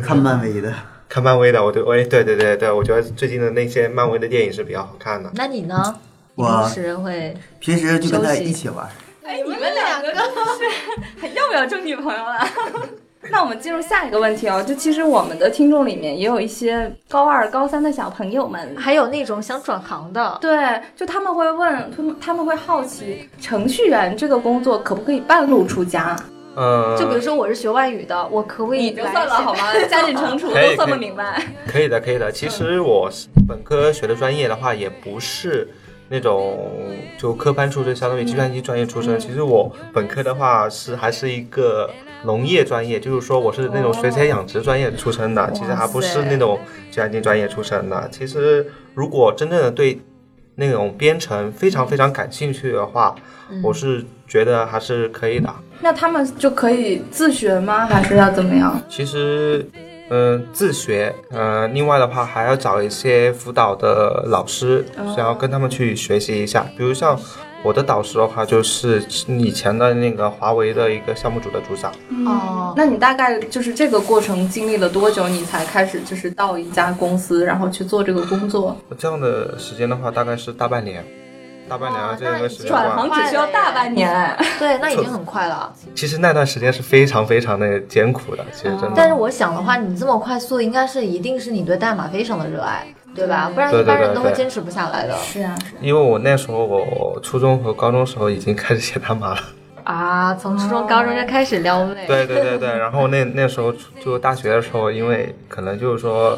[SPEAKER 4] 看漫威的，
[SPEAKER 3] 看漫威的，我对，我也对对对对，我觉得最近的那些漫威的电影是比较好看的。
[SPEAKER 5] 那你呢？你
[SPEAKER 4] 我
[SPEAKER 5] 平时会
[SPEAKER 4] 平时就跟他
[SPEAKER 5] 休息
[SPEAKER 4] 一起玩。
[SPEAKER 2] 哎，你们两个真 是还要不要争女朋友了？ 那我们进入下一个问题哦，就其实我们的听众里面也有一些高二、高三的小朋友们，
[SPEAKER 5] 还有那种想转行的，
[SPEAKER 2] 对，就他们会问，他们他们会好奇程序员这个工作可不可以半路出家？
[SPEAKER 3] 呃，
[SPEAKER 5] 就比如说我是学外语的，我可不可以来
[SPEAKER 2] 好吗？家庭惩处
[SPEAKER 3] 可以
[SPEAKER 2] 都算
[SPEAKER 3] 可
[SPEAKER 2] 不
[SPEAKER 3] 以
[SPEAKER 2] 明白。
[SPEAKER 3] 可以的，可以的。其实我是本科学的专业的话，也不是那种就科班出身，相当于计算机专业出身。其实我本科的话是还是一个农业专业，就是说我是那种水产养殖专业出身的，其实还不是那种计算机专业出身的。其实如果真正的对那种编程非常非常感兴趣的话，我是觉得还是可以的。
[SPEAKER 2] 那他们就可以自学吗？还是要怎么样？
[SPEAKER 3] 其实，嗯、自学，呃，另外的话还要找一些辅导的老师，然后跟他们去学习一下。比如像我的导师的话，就是以前的那个华为的一个项目组的组长，
[SPEAKER 5] 哦，
[SPEAKER 2] 那你大概就是这个过程经历了多久，你才开始就是到一家公司，然后去做这个工作？
[SPEAKER 3] 这样的时间的话，大概是大半年，大半年
[SPEAKER 5] 哇
[SPEAKER 3] 这样
[SPEAKER 5] 哦那
[SPEAKER 3] 一个
[SPEAKER 5] 已
[SPEAKER 3] 时
[SPEAKER 5] 经
[SPEAKER 3] 间
[SPEAKER 5] 转
[SPEAKER 3] 段
[SPEAKER 5] 行。只需要大半
[SPEAKER 2] 年。
[SPEAKER 5] 对，那已经很快了。
[SPEAKER 2] 嗯
[SPEAKER 3] 其实那段时间是非常非常的艰苦的，其实真
[SPEAKER 5] 但是
[SPEAKER 3] 的。
[SPEAKER 5] 我想的话，你这么快速，应该是一定是你对代码非常的热爱，对吧？
[SPEAKER 2] 对
[SPEAKER 5] 不然
[SPEAKER 3] 对
[SPEAKER 5] 一
[SPEAKER 3] 对
[SPEAKER 5] 般人
[SPEAKER 3] 对
[SPEAKER 5] 都会
[SPEAKER 3] 对
[SPEAKER 5] 坚持不下来的
[SPEAKER 2] 是啊，
[SPEAKER 3] 因为我那时候，我初中和高中时候已经开始写代码了。
[SPEAKER 5] 啊。从初
[SPEAKER 2] 哦
[SPEAKER 5] 中、高中就开始撩妹，
[SPEAKER 3] 对对对对，然后那那时候就大学的时候，因为可能就是说，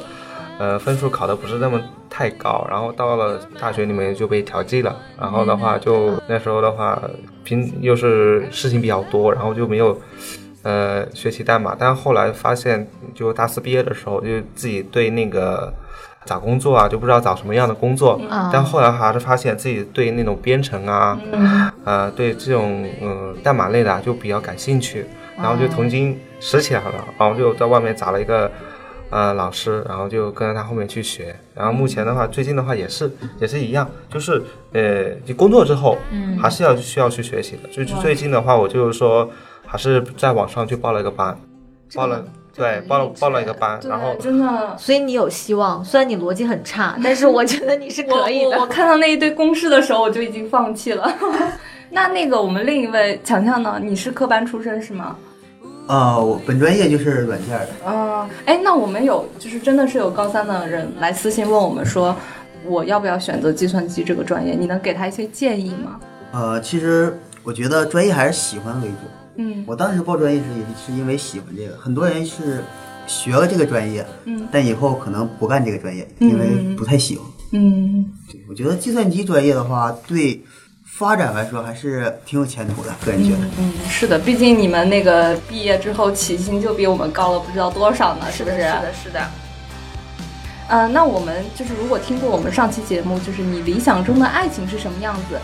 [SPEAKER 3] 呃，分数考的不是那么太高，然后到了大学里面就被调剂了，然后的话就那时候的话，平又是事情比较多，然后就没有。呃，学习代码，但后来发现，就大四毕业的时候，就自己对那个找工作啊，就不知道找什么样的工作。
[SPEAKER 5] 啊
[SPEAKER 3] 但后来还是发现自己对那种编程啊，呃，对这种嗯、呃、代码类的、啊、就比较感兴趣，然后就重新拾起来了，然后就在外面找了一个呃老师，然后就跟着他后面去学，然后目前的话，最近的话也是也是一样，就是呃，你工作之后，嗯，还是要需要去学习的。最最近的话，我就是说还是在网上去报了一个班，报了对报了报了一个班，然后
[SPEAKER 2] 啊对，真的。
[SPEAKER 5] 所以你有希望。虽然你逻辑很差，但是我觉得你是 可以
[SPEAKER 2] 我我
[SPEAKER 5] 的。
[SPEAKER 2] 我看到那一堆公式的时候，我就已经放弃了。 那那个我们另一位强强呢？你是科班出身是吗？
[SPEAKER 4] 啊，我本专业就是软件的，
[SPEAKER 5] 呃
[SPEAKER 2] 嗯，哎，那我们有就是真的是有高三的人来私信问我们说，我要不要选择计算机这个专业？你能给他一些建议吗？
[SPEAKER 4] 呃，其实我觉得专业还是喜欢为主。
[SPEAKER 2] 嗯
[SPEAKER 4] 我当时报专业时也是因为喜欢这个，很多人是学了这个专业，
[SPEAKER 2] 嗯，
[SPEAKER 4] 但以后可能不干这个专业，
[SPEAKER 2] 嗯
[SPEAKER 4] 因为不太喜欢。
[SPEAKER 2] 嗯，
[SPEAKER 4] 对，我觉得计算机专业的话，对发展来说还是挺有前途的，个人觉得。
[SPEAKER 2] 嗯，是的，毕竟你们那个毕业之后起薪就比我们高了不知道多少呢，是不是？
[SPEAKER 5] 是的，是的。
[SPEAKER 2] 呃，那我们就是如果听过我们上期节目，就是你理想中的爱情是什么样子？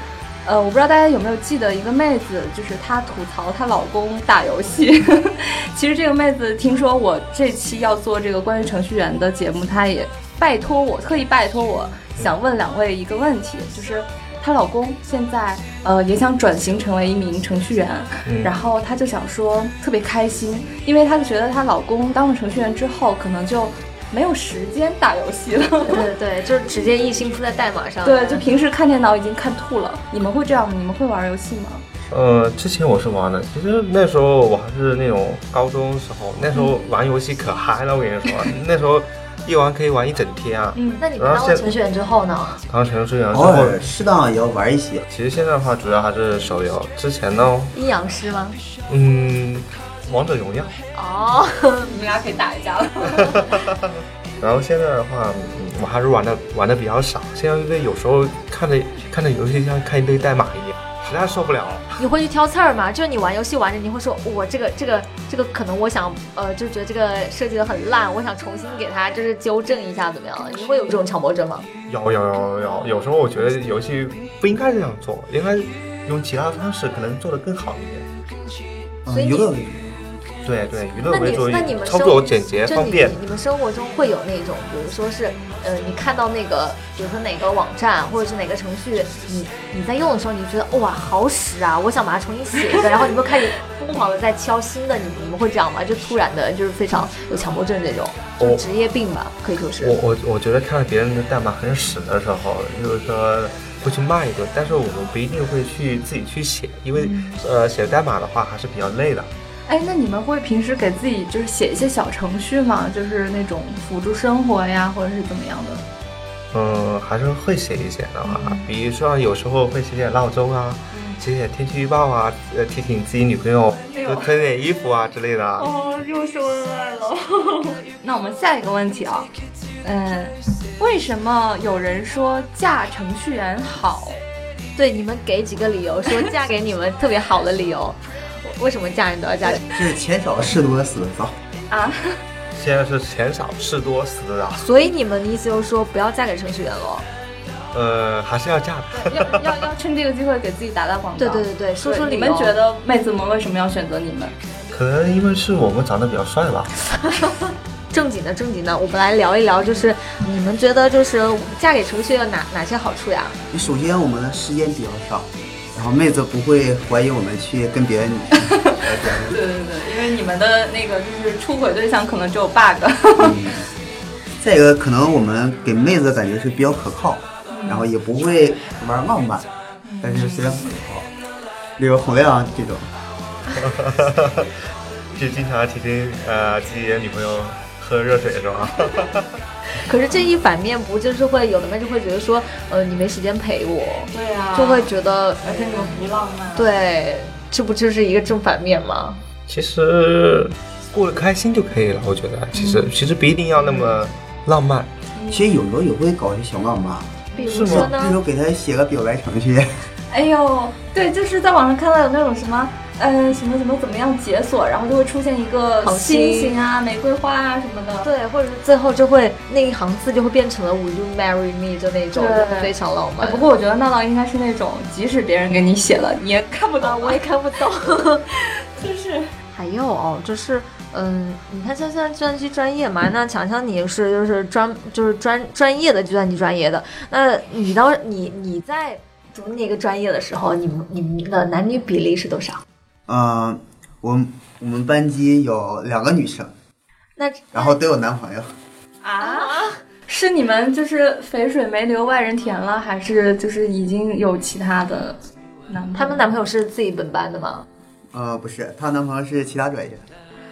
[SPEAKER 2] 呃，我不知道大家有没有记得一个妹子，就是她吐槽她老公打游戏。 其实这个妹子听说我这期要做这个关于程序员的节目，她也拜托我，特意拜托我，想问两位一个问题，就是她老公现在呃也想转型成为一名程序员，
[SPEAKER 3] 嗯
[SPEAKER 2] 然后她就想说特别开心，因为她觉得她老公当了程序员之后，可能就没有时间打游戏了。
[SPEAKER 5] 对对对，就是直接一心扑在代码上。
[SPEAKER 2] 对，就平时看电脑已经看吐了。你们会这样吗？你们会玩游戏吗？
[SPEAKER 3] 呃，之前我是玩的，其实那时候我还是那种高中时候，那时候玩游戏可嗨了，我跟你说，那时候一玩可以玩一整天啊。
[SPEAKER 2] 嗯，
[SPEAKER 5] 那你们当了程序员之后呢？
[SPEAKER 3] 当程序员之
[SPEAKER 4] 偶
[SPEAKER 3] 后，
[SPEAKER 4] 尔适当也要玩一些，
[SPEAKER 3] 其实现在的话主要还是手游，之前呢，
[SPEAKER 5] 阴阳师吗？
[SPEAKER 3] 嗯，王者荣耀，
[SPEAKER 5] 哦，
[SPEAKER 2] 你们俩可以打一架了。
[SPEAKER 3] 然后现在的话，嗯，我还是玩的玩的比较少。现在对有时候看着看着游戏像看一堆代码一样，实在受不了了。
[SPEAKER 1] 你会去挑刺儿吗？就是你玩游戏玩着，你会说，我这个这个这个可能我想呃，就是觉得这个设计的很烂，我想重新给它就是纠正一下，怎么样？你会有这种强迫症吗？
[SPEAKER 3] 有有有有，有时候我觉得游戏不应该这样做，应该用其他方式可能做得更好一点。
[SPEAKER 1] 所以
[SPEAKER 4] 嗯，
[SPEAKER 1] 你
[SPEAKER 4] 娱乐为
[SPEAKER 3] 对对，娱乐
[SPEAKER 1] 那
[SPEAKER 3] 为
[SPEAKER 1] 你
[SPEAKER 3] 主，
[SPEAKER 1] 那你们
[SPEAKER 3] 操
[SPEAKER 1] 生
[SPEAKER 3] 作简洁
[SPEAKER 1] 就
[SPEAKER 3] 方
[SPEAKER 1] 你
[SPEAKER 3] 便。
[SPEAKER 1] 你们生活中会有那种，比如说是呃，你看到那个，比如说哪个网站或者是哪个程序，你你在用的时候，你觉得哇好屎啊，我想把它重新写 一个，然后你们开始疯狂的在敲新的，你们你们会这样吗？就突然的，就是非常有强迫症这种，就是
[SPEAKER 3] 我
[SPEAKER 1] 职业病吧，可以说是。
[SPEAKER 3] 我我我觉得看到别人的代码很屎的时候，就是说会去骂一顿，但是我们不一定会去自己去写，因为、
[SPEAKER 1] 嗯
[SPEAKER 3] 呃写代码的话还是比较累的。
[SPEAKER 2] 哎，那你们会平时给自己就是写一些小程序吗？就是那种辅助生活呀，或者是怎么样的？
[SPEAKER 3] 嗯，还是会写一写的嘛，
[SPEAKER 1] 嗯
[SPEAKER 3] 比如说有时候会写写闹钟啊，写写天气预报啊，呃提醒自己女朋友多 穿点衣服啊之类的啊。
[SPEAKER 2] 哦，又秀恩爱了。 那我们下一个问题啊，嗯，为什么有人说嫁程序员好？
[SPEAKER 1] 对你们给几个理由，说嫁给你们特别好的理 由，我为什么嫁人都要嫁？
[SPEAKER 4] 是钱少事多死得早。
[SPEAKER 2] 啊
[SPEAKER 3] 现在是钱少事多死的啊，
[SPEAKER 1] 所以你们的意思就是说不要嫁给程序员喽？
[SPEAKER 3] 呃还是要嫁 的。
[SPEAKER 2] 要要要趁这个机会给自己打打广告。
[SPEAKER 1] 对对对对，说
[SPEAKER 2] 对
[SPEAKER 1] 说
[SPEAKER 2] 你
[SPEAKER 1] 理由。
[SPEAKER 2] 们觉得妹子们为什么要选择你们？
[SPEAKER 3] 可能因为是我们长得比较帅吧，
[SPEAKER 1] 正经的正经的，我们来聊一聊，就是你们觉得就是嫁给程序员有哪哪些好处呀？
[SPEAKER 4] 你首先我们的时间比较少，然后妹子不会怀疑我们去跟别的女生聊天。
[SPEAKER 2] 对对对，因为你们的那个就是出轨对象可能只有 bug。
[SPEAKER 4] 再一个，可能我们给妹子感觉是比较可靠，然后也不会玩浪漫，但是时间很好，例如洪亮这种。
[SPEAKER 3] 就经常提醒呃自己的女朋友喝热水是吧？
[SPEAKER 1] 可是这一反面不就是会有的妹就会觉得说，呃，你没时间陪我，
[SPEAKER 2] 对啊
[SPEAKER 1] 就会觉得，
[SPEAKER 2] 而且你们不浪漫。
[SPEAKER 1] 对，这不就是一个正反面吗？
[SPEAKER 3] 其实过得开心就可以了，我觉得其实其实不一定要那么浪漫。
[SPEAKER 4] 其实有时候也会搞一些小浪漫，
[SPEAKER 1] 比
[SPEAKER 3] 是
[SPEAKER 1] 如
[SPEAKER 3] 吗
[SPEAKER 1] 说
[SPEAKER 4] 例
[SPEAKER 1] 呢，
[SPEAKER 4] 如给她写个表白程序，
[SPEAKER 2] 哎呦，对，就是在网上看到有那种什么，呃，什么什么怎么样解锁，然后就会出现一个
[SPEAKER 1] 好心
[SPEAKER 2] 心形啊、玫瑰花啊什么的。
[SPEAKER 1] 对，或者是最后就会那一行字就会变成了 Will you marry me 就那种
[SPEAKER 2] 对
[SPEAKER 1] 非常浪
[SPEAKER 2] 哎
[SPEAKER 1] 漫。
[SPEAKER 2] 不过我觉得闹闹应该是那种，即使别人给你写了，你也看不
[SPEAKER 1] 啊，
[SPEAKER 2] 懂，
[SPEAKER 1] 我也看不懂。
[SPEAKER 2] 就是
[SPEAKER 1] 还有哦，就是嗯，你看像现在计算机专业嘛，那强强你是就是专就是专专业的计算机专业的，那你当你你在读那个专业的时候，你们你们的男女比例是多少？
[SPEAKER 4] 嗯，我们我们班级有两个女生，
[SPEAKER 1] 那
[SPEAKER 4] 然后都有男朋友，
[SPEAKER 2] 啊。是你们就是肥水没流外人田了，还是就是已经有其他的男朋友？
[SPEAKER 1] 他们男朋友是自己本班的吗？
[SPEAKER 4] 呃，不是，她男朋友是其他专业，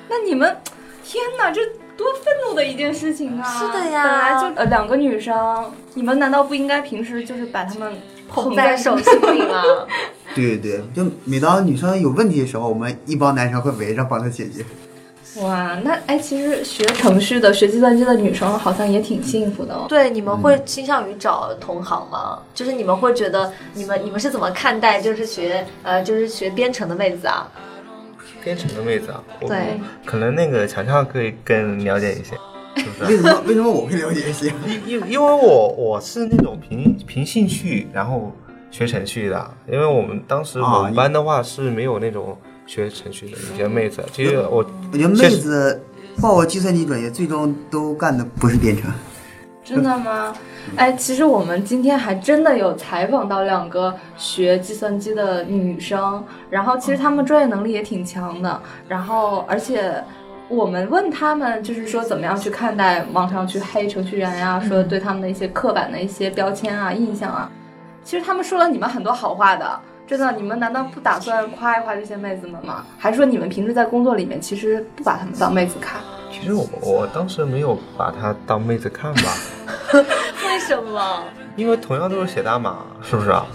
[SPEAKER 2] 那你们，天哪，这多愤怒的一件事情啊！
[SPEAKER 1] 是的呀
[SPEAKER 2] 本来就呃两个女生，你们难道不应该平时就是把她们
[SPEAKER 1] 捧
[SPEAKER 2] 在
[SPEAKER 1] 在手心 里吗？
[SPEAKER 4] 对对对，就每当女生有问题的时候，我们一帮男生会围着帮她 解决。
[SPEAKER 2] 哇，那哎，其实学程序的、学计算机的女生好像也挺幸福的哦。
[SPEAKER 1] 对，你们会倾向于找同行吗？就是你们会觉得你们你们是怎么看待就是学呃就是学编程的妹子啊？
[SPEAKER 3] 编程的妹子啊，我
[SPEAKER 1] 对，
[SPEAKER 3] 可能那个强强可以更了解一些，是不
[SPEAKER 4] 为
[SPEAKER 3] 是？
[SPEAKER 4] 什么为什么我会了解一些？
[SPEAKER 3] 因因因为我我是那种凭凭兴趣然后学程序的，因为我们当时
[SPEAKER 4] 啊
[SPEAKER 3] 我们班的话是没有那种学程序的一些妹子，其实我
[SPEAKER 4] 我觉得
[SPEAKER 3] 确
[SPEAKER 4] 妹
[SPEAKER 3] 实
[SPEAKER 4] 子报计算机专业，最终都干的不是编程。
[SPEAKER 2] 真的吗？哎，其实我们今天还真的有采访到两个学计算机的女生，然后其实她们专业能力也挺强的，然后而且我们问她们就是说怎么样去看待网上去黑程序员呀、说对他们的一些刻板的一些标签啊、印象啊，其实她们说了你们很多好话的。真的，你们难道不打算夸一夸这些妹子们吗？还说你们平时在工作里面其实不把她们当妹子看？
[SPEAKER 3] 其实我我当时没有把她当妹子看吧，
[SPEAKER 1] 为什么？
[SPEAKER 3] 因为同样都是写代码，是不是啊？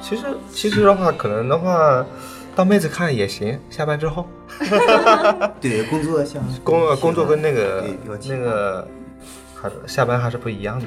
[SPEAKER 3] 其实其实的话，可能的话，当妹子看也行。下班之后，
[SPEAKER 4] 对，工作像嗯
[SPEAKER 3] 工工作跟那个
[SPEAKER 4] 对比较
[SPEAKER 3] 那
[SPEAKER 4] 轻
[SPEAKER 3] 个还是下班还是不一样的。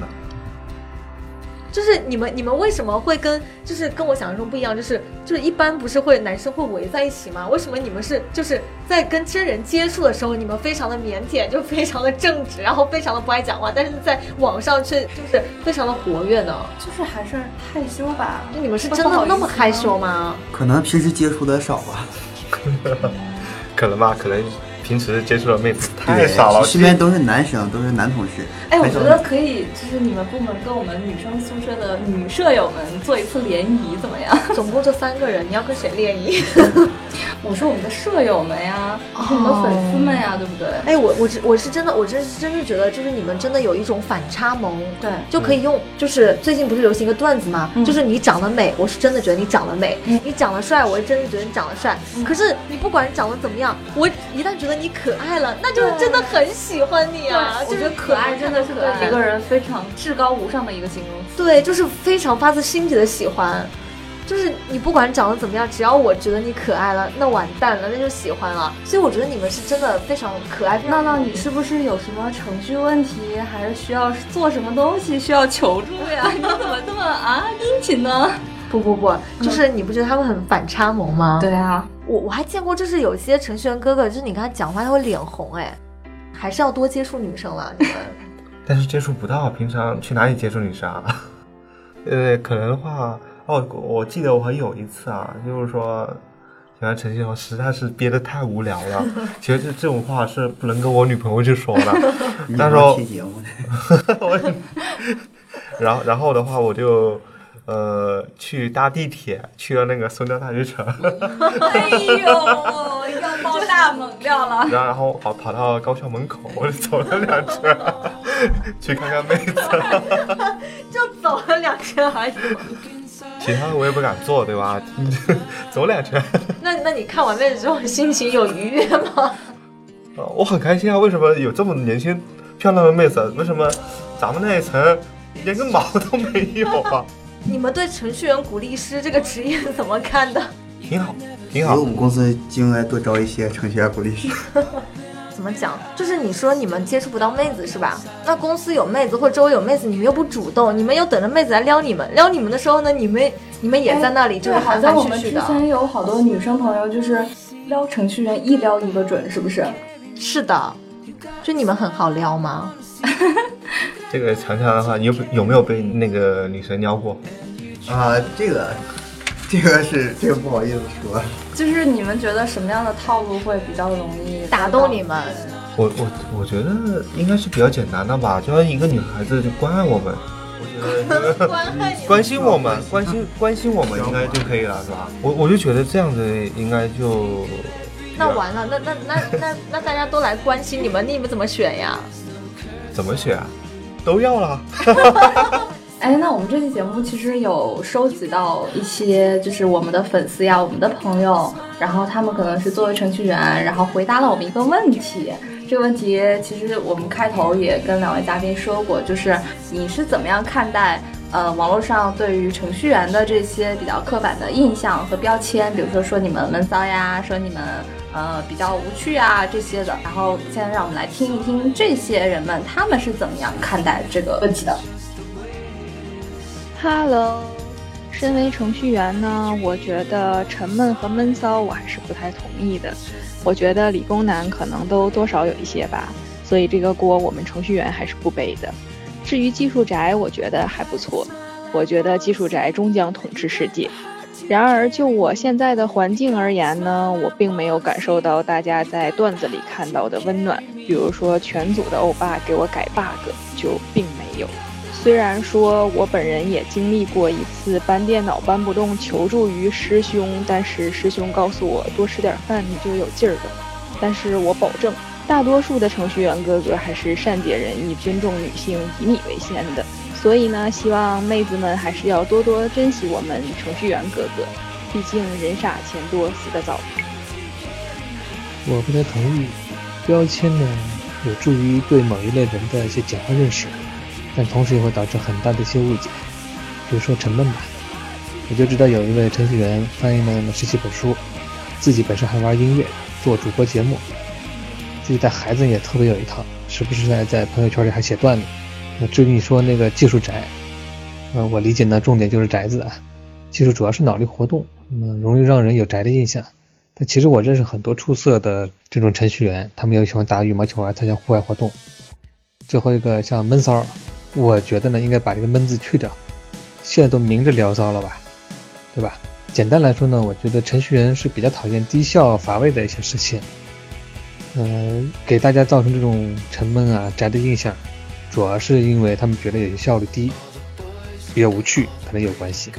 [SPEAKER 1] 就是你们你们为什么会跟就是跟我想象中不一样？就是就是一般不是会男生会围在一起吗？为什么你们是就是在跟真人接触的时候，你们非常的腼腆，就非常的正直，然后非常的不爱讲话，但是在网上却就是非常的活跃呢？哦
[SPEAKER 2] 就是还是害羞吧。
[SPEAKER 1] 就你们是真的那么害羞吗？
[SPEAKER 4] 可能平时接触的少吧，
[SPEAKER 3] 可能吧，可能平时接触的妹子 太少了，
[SPEAKER 4] 身边都是男生，都是男同事。
[SPEAKER 2] 哎，我
[SPEAKER 4] 很少
[SPEAKER 2] 觉得可以，就是你们部门跟我们女生宿舍的女舍友们做一次联谊，怎么样？
[SPEAKER 1] 总共就三个人，你要跟谁联谊？
[SPEAKER 2] 我说我们的舍友们呀，我们的粉丝们呀，对不对？
[SPEAKER 1] 哎，我我是我是真的，我真是真是觉得，就是你们真的有一种反差萌，
[SPEAKER 2] 对
[SPEAKER 1] 就可以用，就是最近不是流行一个段子嘛，
[SPEAKER 2] 嗯
[SPEAKER 1] 就是你长得美，我是真的觉得你长得美，
[SPEAKER 2] 嗯
[SPEAKER 1] 你长得帅，我是真的觉得你长得帅。可是你不管长得怎么样，我一旦觉得你可爱了，那就是真的很喜欢你啊，
[SPEAKER 2] 我
[SPEAKER 1] 就
[SPEAKER 2] 觉
[SPEAKER 1] 是
[SPEAKER 2] 得可爱真的是
[SPEAKER 1] 可爱
[SPEAKER 2] 对一个人非常至高无上的一个形容词。
[SPEAKER 1] 对，就是非常发自心底的喜欢。就是你不管长得怎么样，只要我觉得你可爱了，那完蛋了，那就喜欢了。所以我觉得你们是真的非常可爱。非
[SPEAKER 2] 闹
[SPEAKER 1] 常
[SPEAKER 2] 闹，你是不是有什么程序问题，还是需要做什么东西需要求助呀？ 你怎么这么啊殷勤呢？
[SPEAKER 1] 不不不，就是你不觉得他们很反差萌吗？，
[SPEAKER 2] 对啊，
[SPEAKER 1] 我我还见过，就是有些程序员哥哥，就是你跟他讲话他会脸红，哎，还是要多接触女生了，你们。
[SPEAKER 3] 但是接触不到，平常去哪里接触女生啊？ 呃，可能的话，哦，我记得我有一次啊，就是说喜欢陈信宏，实在是憋得太无聊了。其实这这种话是不能跟我女朋友去说的。
[SPEAKER 4] 你
[SPEAKER 3] 那时
[SPEAKER 4] 不
[SPEAKER 3] 候
[SPEAKER 4] 是听节目呢，
[SPEAKER 3] 然后然后的话，我就呃去搭地铁去了那个松江大学城，
[SPEAKER 2] 哎呦，要爆大猛料了。
[SPEAKER 3] 然后然后跑跑到高校门口，我就走了两圈， 去看看妹子。
[SPEAKER 1] 就走了两圈而已。
[SPEAKER 3] 其他的我也不敢做，对吧？ 走两圈。
[SPEAKER 1] 那那你看完妹子之后心情有愉悦吗？
[SPEAKER 3] 呃， 我很开心啊！为什么有这么年轻漂亮的妹子？为什么咱们那一层连个毛都没有啊？
[SPEAKER 1] 你们对程序员鼓励师这个职业怎么看的？
[SPEAKER 3] 挺好， 挺
[SPEAKER 4] 觉得
[SPEAKER 3] 好
[SPEAKER 4] 我。们公司就应该多招一些程序员鼓励师。
[SPEAKER 1] 怎么讲？就是你说你们接触不到妹子是吧？那公司有妹子或者周围有妹子，你们又不主动，你们又等着妹子来撩你们。撩你们的时候呢，你们你们也在那里就是
[SPEAKER 2] 对，好
[SPEAKER 1] 含
[SPEAKER 2] 像
[SPEAKER 1] 含
[SPEAKER 2] 我
[SPEAKER 1] 蓄
[SPEAKER 2] 们
[SPEAKER 1] 蓄
[SPEAKER 2] 之
[SPEAKER 1] 的。
[SPEAKER 2] 前有好多女生朋友，就是撩程序员一撩一个准，是不是？
[SPEAKER 1] 是的，就你们很好撩吗？
[SPEAKER 3] 这个强强的话，你有有没有被那个女神撩过？
[SPEAKER 4] 啊，这个，这个是这个不好意思说，
[SPEAKER 2] 就是你们觉得什么样的套路会比较容易
[SPEAKER 1] 打动你？们？
[SPEAKER 3] 我我我觉得应该是比较简单的吧，就让一个女孩子就关爱我们， 我觉得关心我们，关心关心我们应该就可以了，是吧？我我就觉得这样子应该就
[SPEAKER 1] 那完了，那那那那那大家都来关心你们，那你们怎么选呀？
[SPEAKER 3] 怎么选啊？都要了。
[SPEAKER 2] 哎，那我们这期节目其实有收集到一些，就是我们的粉丝呀，我们的朋友，然后他们可能是作为程序员，然后回答了我们一个问题。这个问题其实我们开头也跟两位嘉宾说过，就是你是怎么样看待呃网络上对于程序员的这些比较刻板的印象和标签，比如说说你们闷骚呀，说你们呃比较无趣啊这些的。然后现在让我们来听一听这些人们他们是怎么样看待这个问题的。
[SPEAKER 6] Hello，身为程序员呢，我觉得沉闷和闷骚我还是不太同意的。我觉得理工男可能都多少有一些吧，所以这个锅我们程序员还是不背的。至于技术宅，我觉得还不错。我觉得技术宅终将统治世界。然而，就我现在的环境而言呢，我并没有感受到大家在段子里看到的温暖，比如说全组的欧巴给我改 bug 就并没有。虽然说我本人也经历过一次搬电脑搬不动，求助于师兄，但是师兄告诉我多吃点饭你就有劲儿了。但是我保证，大多数的程序员哥哥还是善解人意、尊重女性、以你为先的。所以呢，希望妹子们还是要多多珍惜我们程序员哥哥，毕竟人傻钱多死得早。
[SPEAKER 7] 我不太同意。标签呢，有助于对某一类人的一些简化认识，但同时也会导致很大的一些误解。比如说沉闷吧，我就知道有一位程序员翻译了十几本书，自己本身还玩音乐，做主播节目，自己带孩子也特别有一套，时不时还在朋友圈里还写段子，那至于你说那个技术宅，呃，我理解呢，重点就是宅字啊。技术主要是脑力活动，那、么容易让人有宅的印象。但其实我认识很多出色的这种程序员，他们也喜欢打羽毛球啊，参加户外活动。最后一个像闷骚，我觉得呢，应该把这个闷字去掉。现在都明着聊骚了吧，对吧？简单来说呢，我觉得程序员是比较讨厌低效乏味的一些事情。嗯、给大家造成这种沉闷啊、宅的印象，主要是因为他们觉得有些效率低，比较无趣，可能有关系。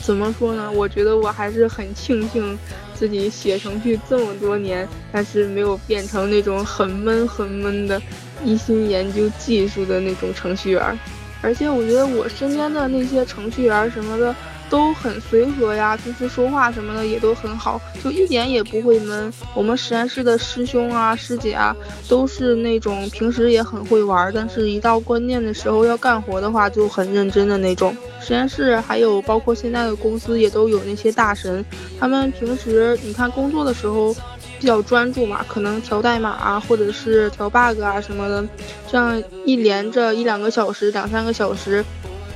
[SPEAKER 6] 怎么说呢？我觉得我还是很庆幸自己写程序这么多年，但是没有变成那种很闷很闷的，一心研究技术的那种程序员儿。而且我觉得我身边的那些程序员儿什么的都很随和呀，平时说话什么的也都很好，就一点也不会闷。我们实验室的师兄啊、师姐啊，都是那种平时也很会玩儿，但是一到关键的时候要干活的话就很认真的那种。实验室还有包括现在的公司也都有那些大神，他们平时你看工作的时候比较专注嘛，可能调代码啊，或者是调 bug 啊什么的，这样一连着一两个小时、两三个小时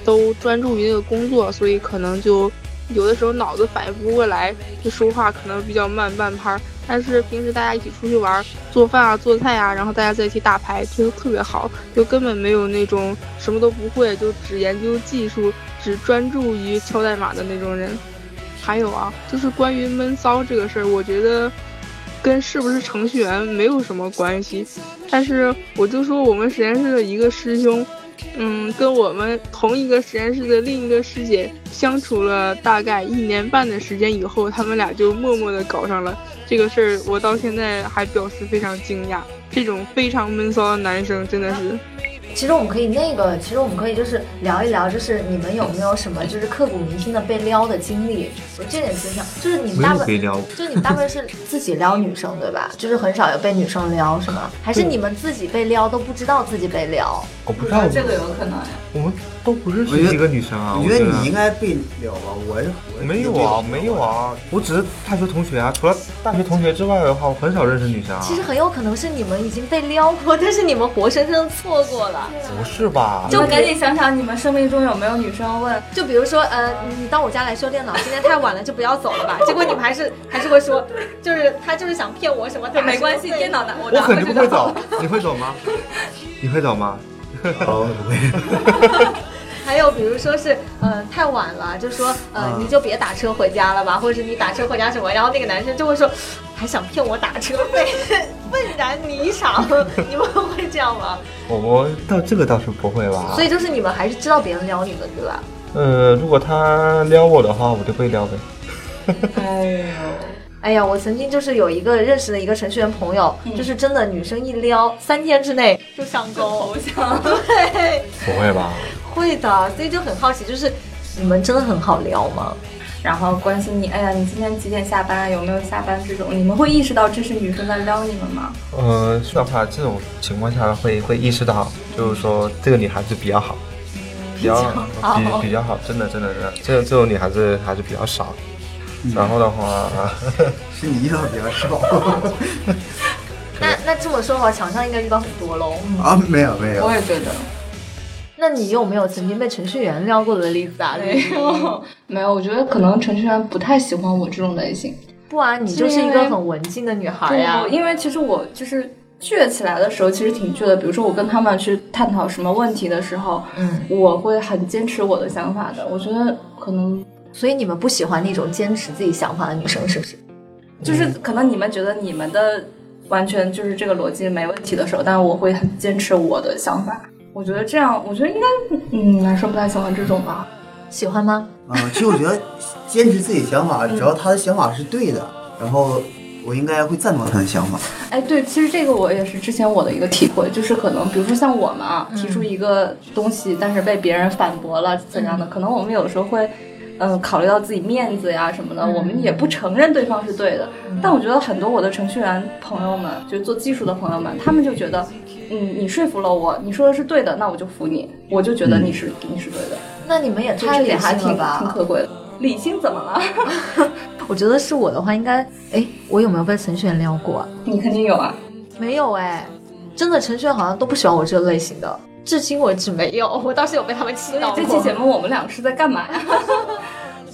[SPEAKER 6] 都专注于那个工作，所以可能就有的时候脑子反应不过来，就说话可能比较慢半拍儿。但是平时大家一起出去玩儿、做饭啊、做菜啊，然后大家在一起打牌，就特别好，就根本没有那种什么都不会，就只研究技术、只专注于敲代码的那种人。还有啊，就是关于闷骚这个事儿，我觉得跟是不是程序员没有什么关系。但是我就说我们实验室的一个师兄，嗯，跟我们同一个实验室的另一个师姐相处了大概一年半的时间以后，他们俩就默默的搞上了这个事儿。我到现在还表示非常惊讶，这种非常闷骚的男生真的是。
[SPEAKER 1] 其实我们可以那个，其实我们可以就是聊一聊，就是你们有没有什么就是刻骨铭心的被撩的经历？我这点分享，就是你们
[SPEAKER 3] 没
[SPEAKER 1] 大
[SPEAKER 3] 有
[SPEAKER 1] 部分
[SPEAKER 3] 被撩过。
[SPEAKER 1] 就是你们大部分是自己撩女生对吧？就是很少有被女生撩是吗？还是你们自己被撩都不知道自己被撩？
[SPEAKER 3] 我不知道，
[SPEAKER 2] 这个有可能呀。
[SPEAKER 3] 我们都不认
[SPEAKER 4] 我
[SPEAKER 3] 识
[SPEAKER 4] 觉得
[SPEAKER 3] 一个女生啊。
[SPEAKER 4] 我
[SPEAKER 3] 我
[SPEAKER 4] 觉得
[SPEAKER 3] 得
[SPEAKER 4] 你应该被聊吧，我是我
[SPEAKER 3] 没有啊，没有。啊，我只是大学同学啊。除了大学同学之外的话，我很少认识女生啊。
[SPEAKER 1] 其实很有可能是你们已经被撩过，但是你们活生生地错过了。
[SPEAKER 3] 不是吧？
[SPEAKER 2] 就赶紧想想你们生命中有没有女生问，
[SPEAKER 1] 就比如说，呃，你到我家来修电脑，今天太晚了，就不要走了 吧。结果你们还是还是会说，就是他就是想骗我什么，
[SPEAKER 2] 没关系，电脑拿我
[SPEAKER 3] 我
[SPEAKER 2] 拿
[SPEAKER 3] 肯
[SPEAKER 2] 回
[SPEAKER 3] 定
[SPEAKER 2] 去
[SPEAKER 3] 不会走，你会走吗？你会走吗？
[SPEAKER 4] 哦，不会。
[SPEAKER 1] 还有比如说是，呃，太晚了，就说，呃，
[SPEAKER 3] 啊
[SPEAKER 4] 嗯
[SPEAKER 1] 你就别打车回家了吧，或者是你打车回家什么，然后那个男生就会说，还想骗我打车费， 愤然离场。 你们会这样吗？
[SPEAKER 3] 我我到这个倒是不会吧
[SPEAKER 1] 所。以就是你们还是知道别人撩你们，对吧？
[SPEAKER 3] 呃，如果他撩我的话，我就被撩呗。
[SPEAKER 2] 哎
[SPEAKER 1] 哎呀，我曾经就是有一个认识的一个程序员朋友，就是真的女生一撩，三天之内就上
[SPEAKER 2] 呦，
[SPEAKER 1] 钩。
[SPEAKER 2] 头像。
[SPEAKER 1] 对，
[SPEAKER 3] 不会吧？
[SPEAKER 1] 会的，所以就很好奇，就是你们真的很好撩吗？
[SPEAKER 2] 然后关心你，哎呀，你今天几点下班啊？有没有下班这种？你们会意识到这是女生在撩你们吗？
[SPEAKER 3] 呃，的话，这种情况下会会意识到，就是说这个女孩子比较好，比较比比较好，真的真的真的，这这种女孩子还是比较少。然后的话，
[SPEAKER 4] 是你遇到比较少
[SPEAKER 1] 那那这么说的话，场上应该遇到很多喽。
[SPEAKER 4] 啊？没有没有
[SPEAKER 2] 我，也觉得
[SPEAKER 1] 那你有没有曾经被程序员撩过的例子啊？
[SPEAKER 2] 没有， 没有。我觉得可能程序员不太喜欢我这种类型。
[SPEAKER 1] 不然你就是一个很文静的女孩啊呀
[SPEAKER 2] 不，。因为其实我就是倔起来的时候，其实挺倔的。比如说我跟他们去探讨什么问题的时候，
[SPEAKER 1] 嗯，
[SPEAKER 2] 我会很坚持我的想法的。我觉得可能
[SPEAKER 1] 所以你们不喜欢那种坚持自己想法的女生，是不是？
[SPEAKER 2] 就是可能你们觉得你们的完全就是这个逻辑没问题的时候，但是我会很坚持我的想法。我觉得这样，我觉得应该，嗯，男生不太喜欢这种吧。
[SPEAKER 1] 喜欢吗？
[SPEAKER 4] 啊，其实我觉得坚持自己想法，只要他的想法是对的，然后我应该会赞同他的想法。
[SPEAKER 2] 哎，对，其实这个我也是之前我的一个体会，就是可能比如说像我们啊，提出一个东西，但是被别人反驳了怎样的，可能我们有时候会。嗯，考虑到自己面子呀什么的，我们也不承认对方是对的。但我觉得很多我的程序员朋友们，就是做技术的朋友们，他们就觉得，嗯，你说服了我，你说的是对的，那我就服你，我就觉得你是、你是对的，
[SPEAKER 1] 那你们也
[SPEAKER 2] 就
[SPEAKER 1] 太
[SPEAKER 2] 嗯这
[SPEAKER 1] 厉
[SPEAKER 2] 点
[SPEAKER 1] 害
[SPEAKER 2] 还挺
[SPEAKER 1] 了
[SPEAKER 2] 挺
[SPEAKER 1] 吧！
[SPEAKER 2] 可贵的。理性怎么了？
[SPEAKER 1] 我觉得是我的话，应该哎，我有没有被程序员撩过啊？
[SPEAKER 2] 你肯定有啊。
[SPEAKER 1] 没有哎，真的程序员好像都不喜欢我这类型的，至今为止没有， 我倒是有被他们气
[SPEAKER 2] 所以
[SPEAKER 1] 到
[SPEAKER 2] 这期
[SPEAKER 1] 过。
[SPEAKER 2] 节目我们俩是在干嘛呀？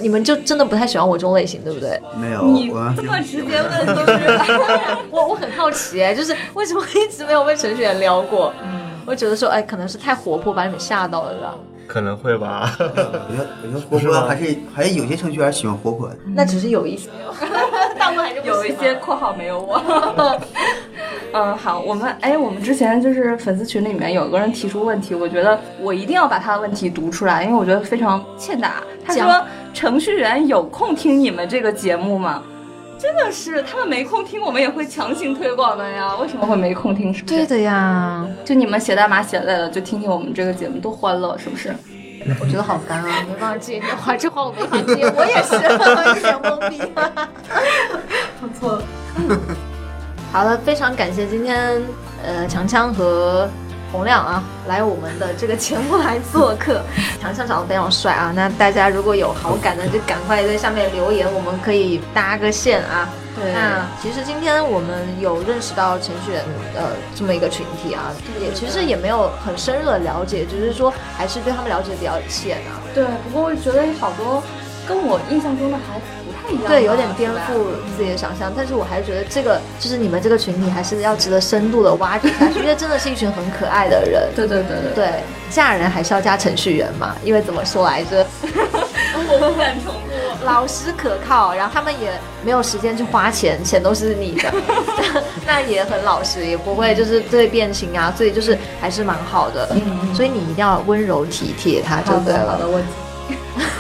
[SPEAKER 1] 你们就真的不太喜欢我这种类型，对不对？
[SPEAKER 4] 没有，
[SPEAKER 2] 你
[SPEAKER 4] 我
[SPEAKER 2] 这么直接问就是，
[SPEAKER 1] 我我很好奇，哎，就是为什么一直没有被程序员撩过？
[SPEAKER 2] 嗯，
[SPEAKER 1] 我觉得说，哎，可能是太活泼把你们吓到了，是吧？
[SPEAKER 3] 可能会吧。
[SPEAKER 4] 我觉得我觉得活
[SPEAKER 3] 是吗
[SPEAKER 4] 泼还是还是有些程序员喜欢活泼的。
[SPEAKER 1] 那只是有一些，大部分还是不喜
[SPEAKER 2] 有
[SPEAKER 1] 欢
[SPEAKER 2] 一些括号没有我。 嗯，好，我们哎，我们之前就是粉丝群里面有个人提出问题，我觉得我一定要把他的问题读出来，因为我觉得非常欠打。他说
[SPEAKER 1] 讲：“
[SPEAKER 2] 程序员有空听你们这个节目吗？”真的是，他们没空听，我们也会强行推广的呀。为什么会没空听？是不是？
[SPEAKER 5] 对的呀，
[SPEAKER 2] 就你们写代码写累了，就听听我们这个节目，多欢乐，是不是？
[SPEAKER 1] 我觉得好烦啊！
[SPEAKER 5] 没办法接，这话这话我没法接，我也是一脸懵逼。
[SPEAKER 1] 好了，非常感谢今天呃强强和洪亮啊来我们的这个节目来做客。强强长得非常帅啊，那大家如果有好感的就赶快在下面留言，我们可以搭个线啊。
[SPEAKER 2] 对
[SPEAKER 1] 那其实今天我们有认识到程序员呃这么一个群体啊，也其实也没有很深入的了解，只是说还是对他们了解比较浅啊。
[SPEAKER 2] 对，不过我觉得好多跟我印象中的还不太一样啊，
[SPEAKER 1] 对，有点颠
[SPEAKER 2] 是吧
[SPEAKER 1] 覆自己的想象，但是我还是觉得这个就是你们这个群体还是要值得深度的挖掘下去，因为真的是一群很可爱的人。
[SPEAKER 2] 对对对对，
[SPEAKER 1] 对，嫁人还是要嫁程序员嘛，因为怎么说来着，
[SPEAKER 2] 我不敢重复。
[SPEAKER 1] 老实可靠，然后他们也没有时间去花钱，钱都是你的， 那也很老实，也不会就是对变形啊，所以就是还是蛮好的。
[SPEAKER 2] 嗯
[SPEAKER 1] 所以你一定要温柔体贴他就
[SPEAKER 2] 好
[SPEAKER 1] 对
[SPEAKER 2] 的好
[SPEAKER 1] 了
[SPEAKER 2] 的，。我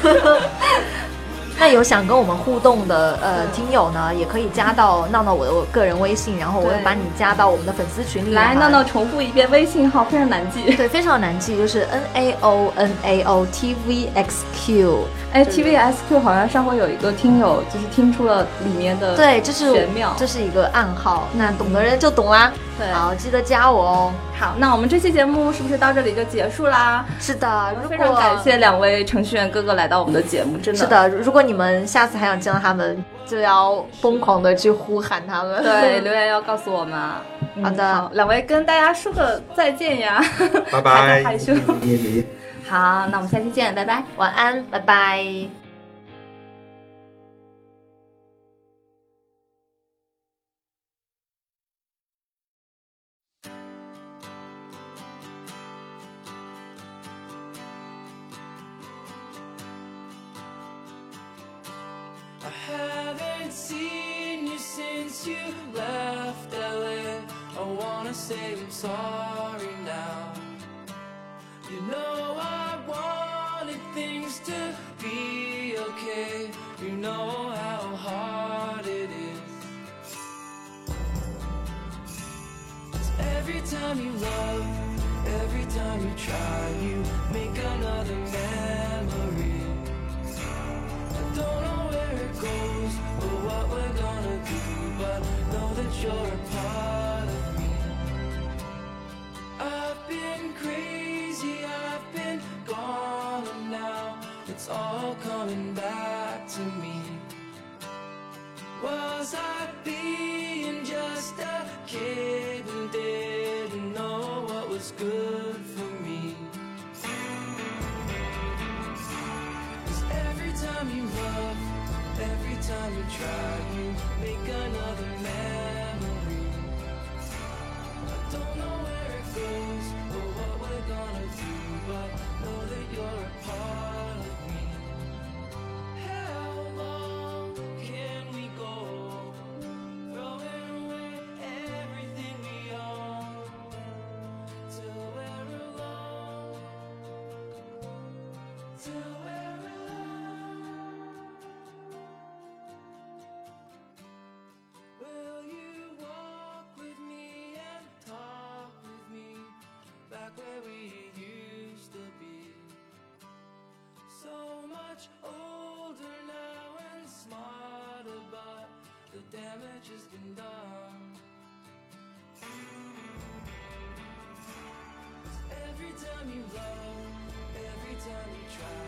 [SPEAKER 1] 那有想跟我们互动的呃听友呢，也可以加到闹闹我的个人微信，然后我会
[SPEAKER 2] 对
[SPEAKER 1] 把你加到我们的粉丝群里哈
[SPEAKER 2] 来闹闹。重复一遍微信号，非常难记。
[SPEAKER 1] 对，非常难记，就是 N A O N A O T V X Q。
[SPEAKER 2] 哎，TVSQ 好像上回有一个听友就是听出了里面的
[SPEAKER 1] 对，这是
[SPEAKER 2] 玄妙。嗯
[SPEAKER 1] 这是一个暗号，那懂的人就懂啦。
[SPEAKER 2] 对
[SPEAKER 1] 好，记得加我哦。
[SPEAKER 2] 好，那我们这期节目是不是到这里就结束啦？
[SPEAKER 1] 是的，如
[SPEAKER 2] 非
[SPEAKER 1] 果
[SPEAKER 2] 常感。谢两位程序员哥哥来到我们的节目，真的
[SPEAKER 1] 是，的，如果你们下次还想见到他们，就要疯狂的去呼喊他们。
[SPEAKER 2] 对，留言要告诉我们啊。嗯
[SPEAKER 1] 好的
[SPEAKER 2] 两位跟大家说个再见呀， 还在
[SPEAKER 3] 拜 拜
[SPEAKER 2] 害羞。
[SPEAKER 4] 也也
[SPEAKER 2] 好，那我们下期见，拜拜。
[SPEAKER 1] 晚安，拜拜。
[SPEAKER 8] I haven't seen you since you left LA. I wanna say I'm sorry now. You know I wanted things to be okay. You know how hard it is. 'Cause every time you love, every time you try, you make another memory. Don't know where it goes or what we're gonna do, but know that you're a part of me. I've been crazy, I've been gone, and now it's all coming back to me. Was I being just a kid and didn't know what was good for me? Cause every time you love, every time you try, you make another memory. I don't know where it goes or what we're gonna do, but know that you're a part of me. How long can we go? Throwing away everything we own till we're alone. Till we're alone. Will you walk with me and talk with me back where we used to be? So much older now and smarter, but the damage has been done. Every time you love, every time you try,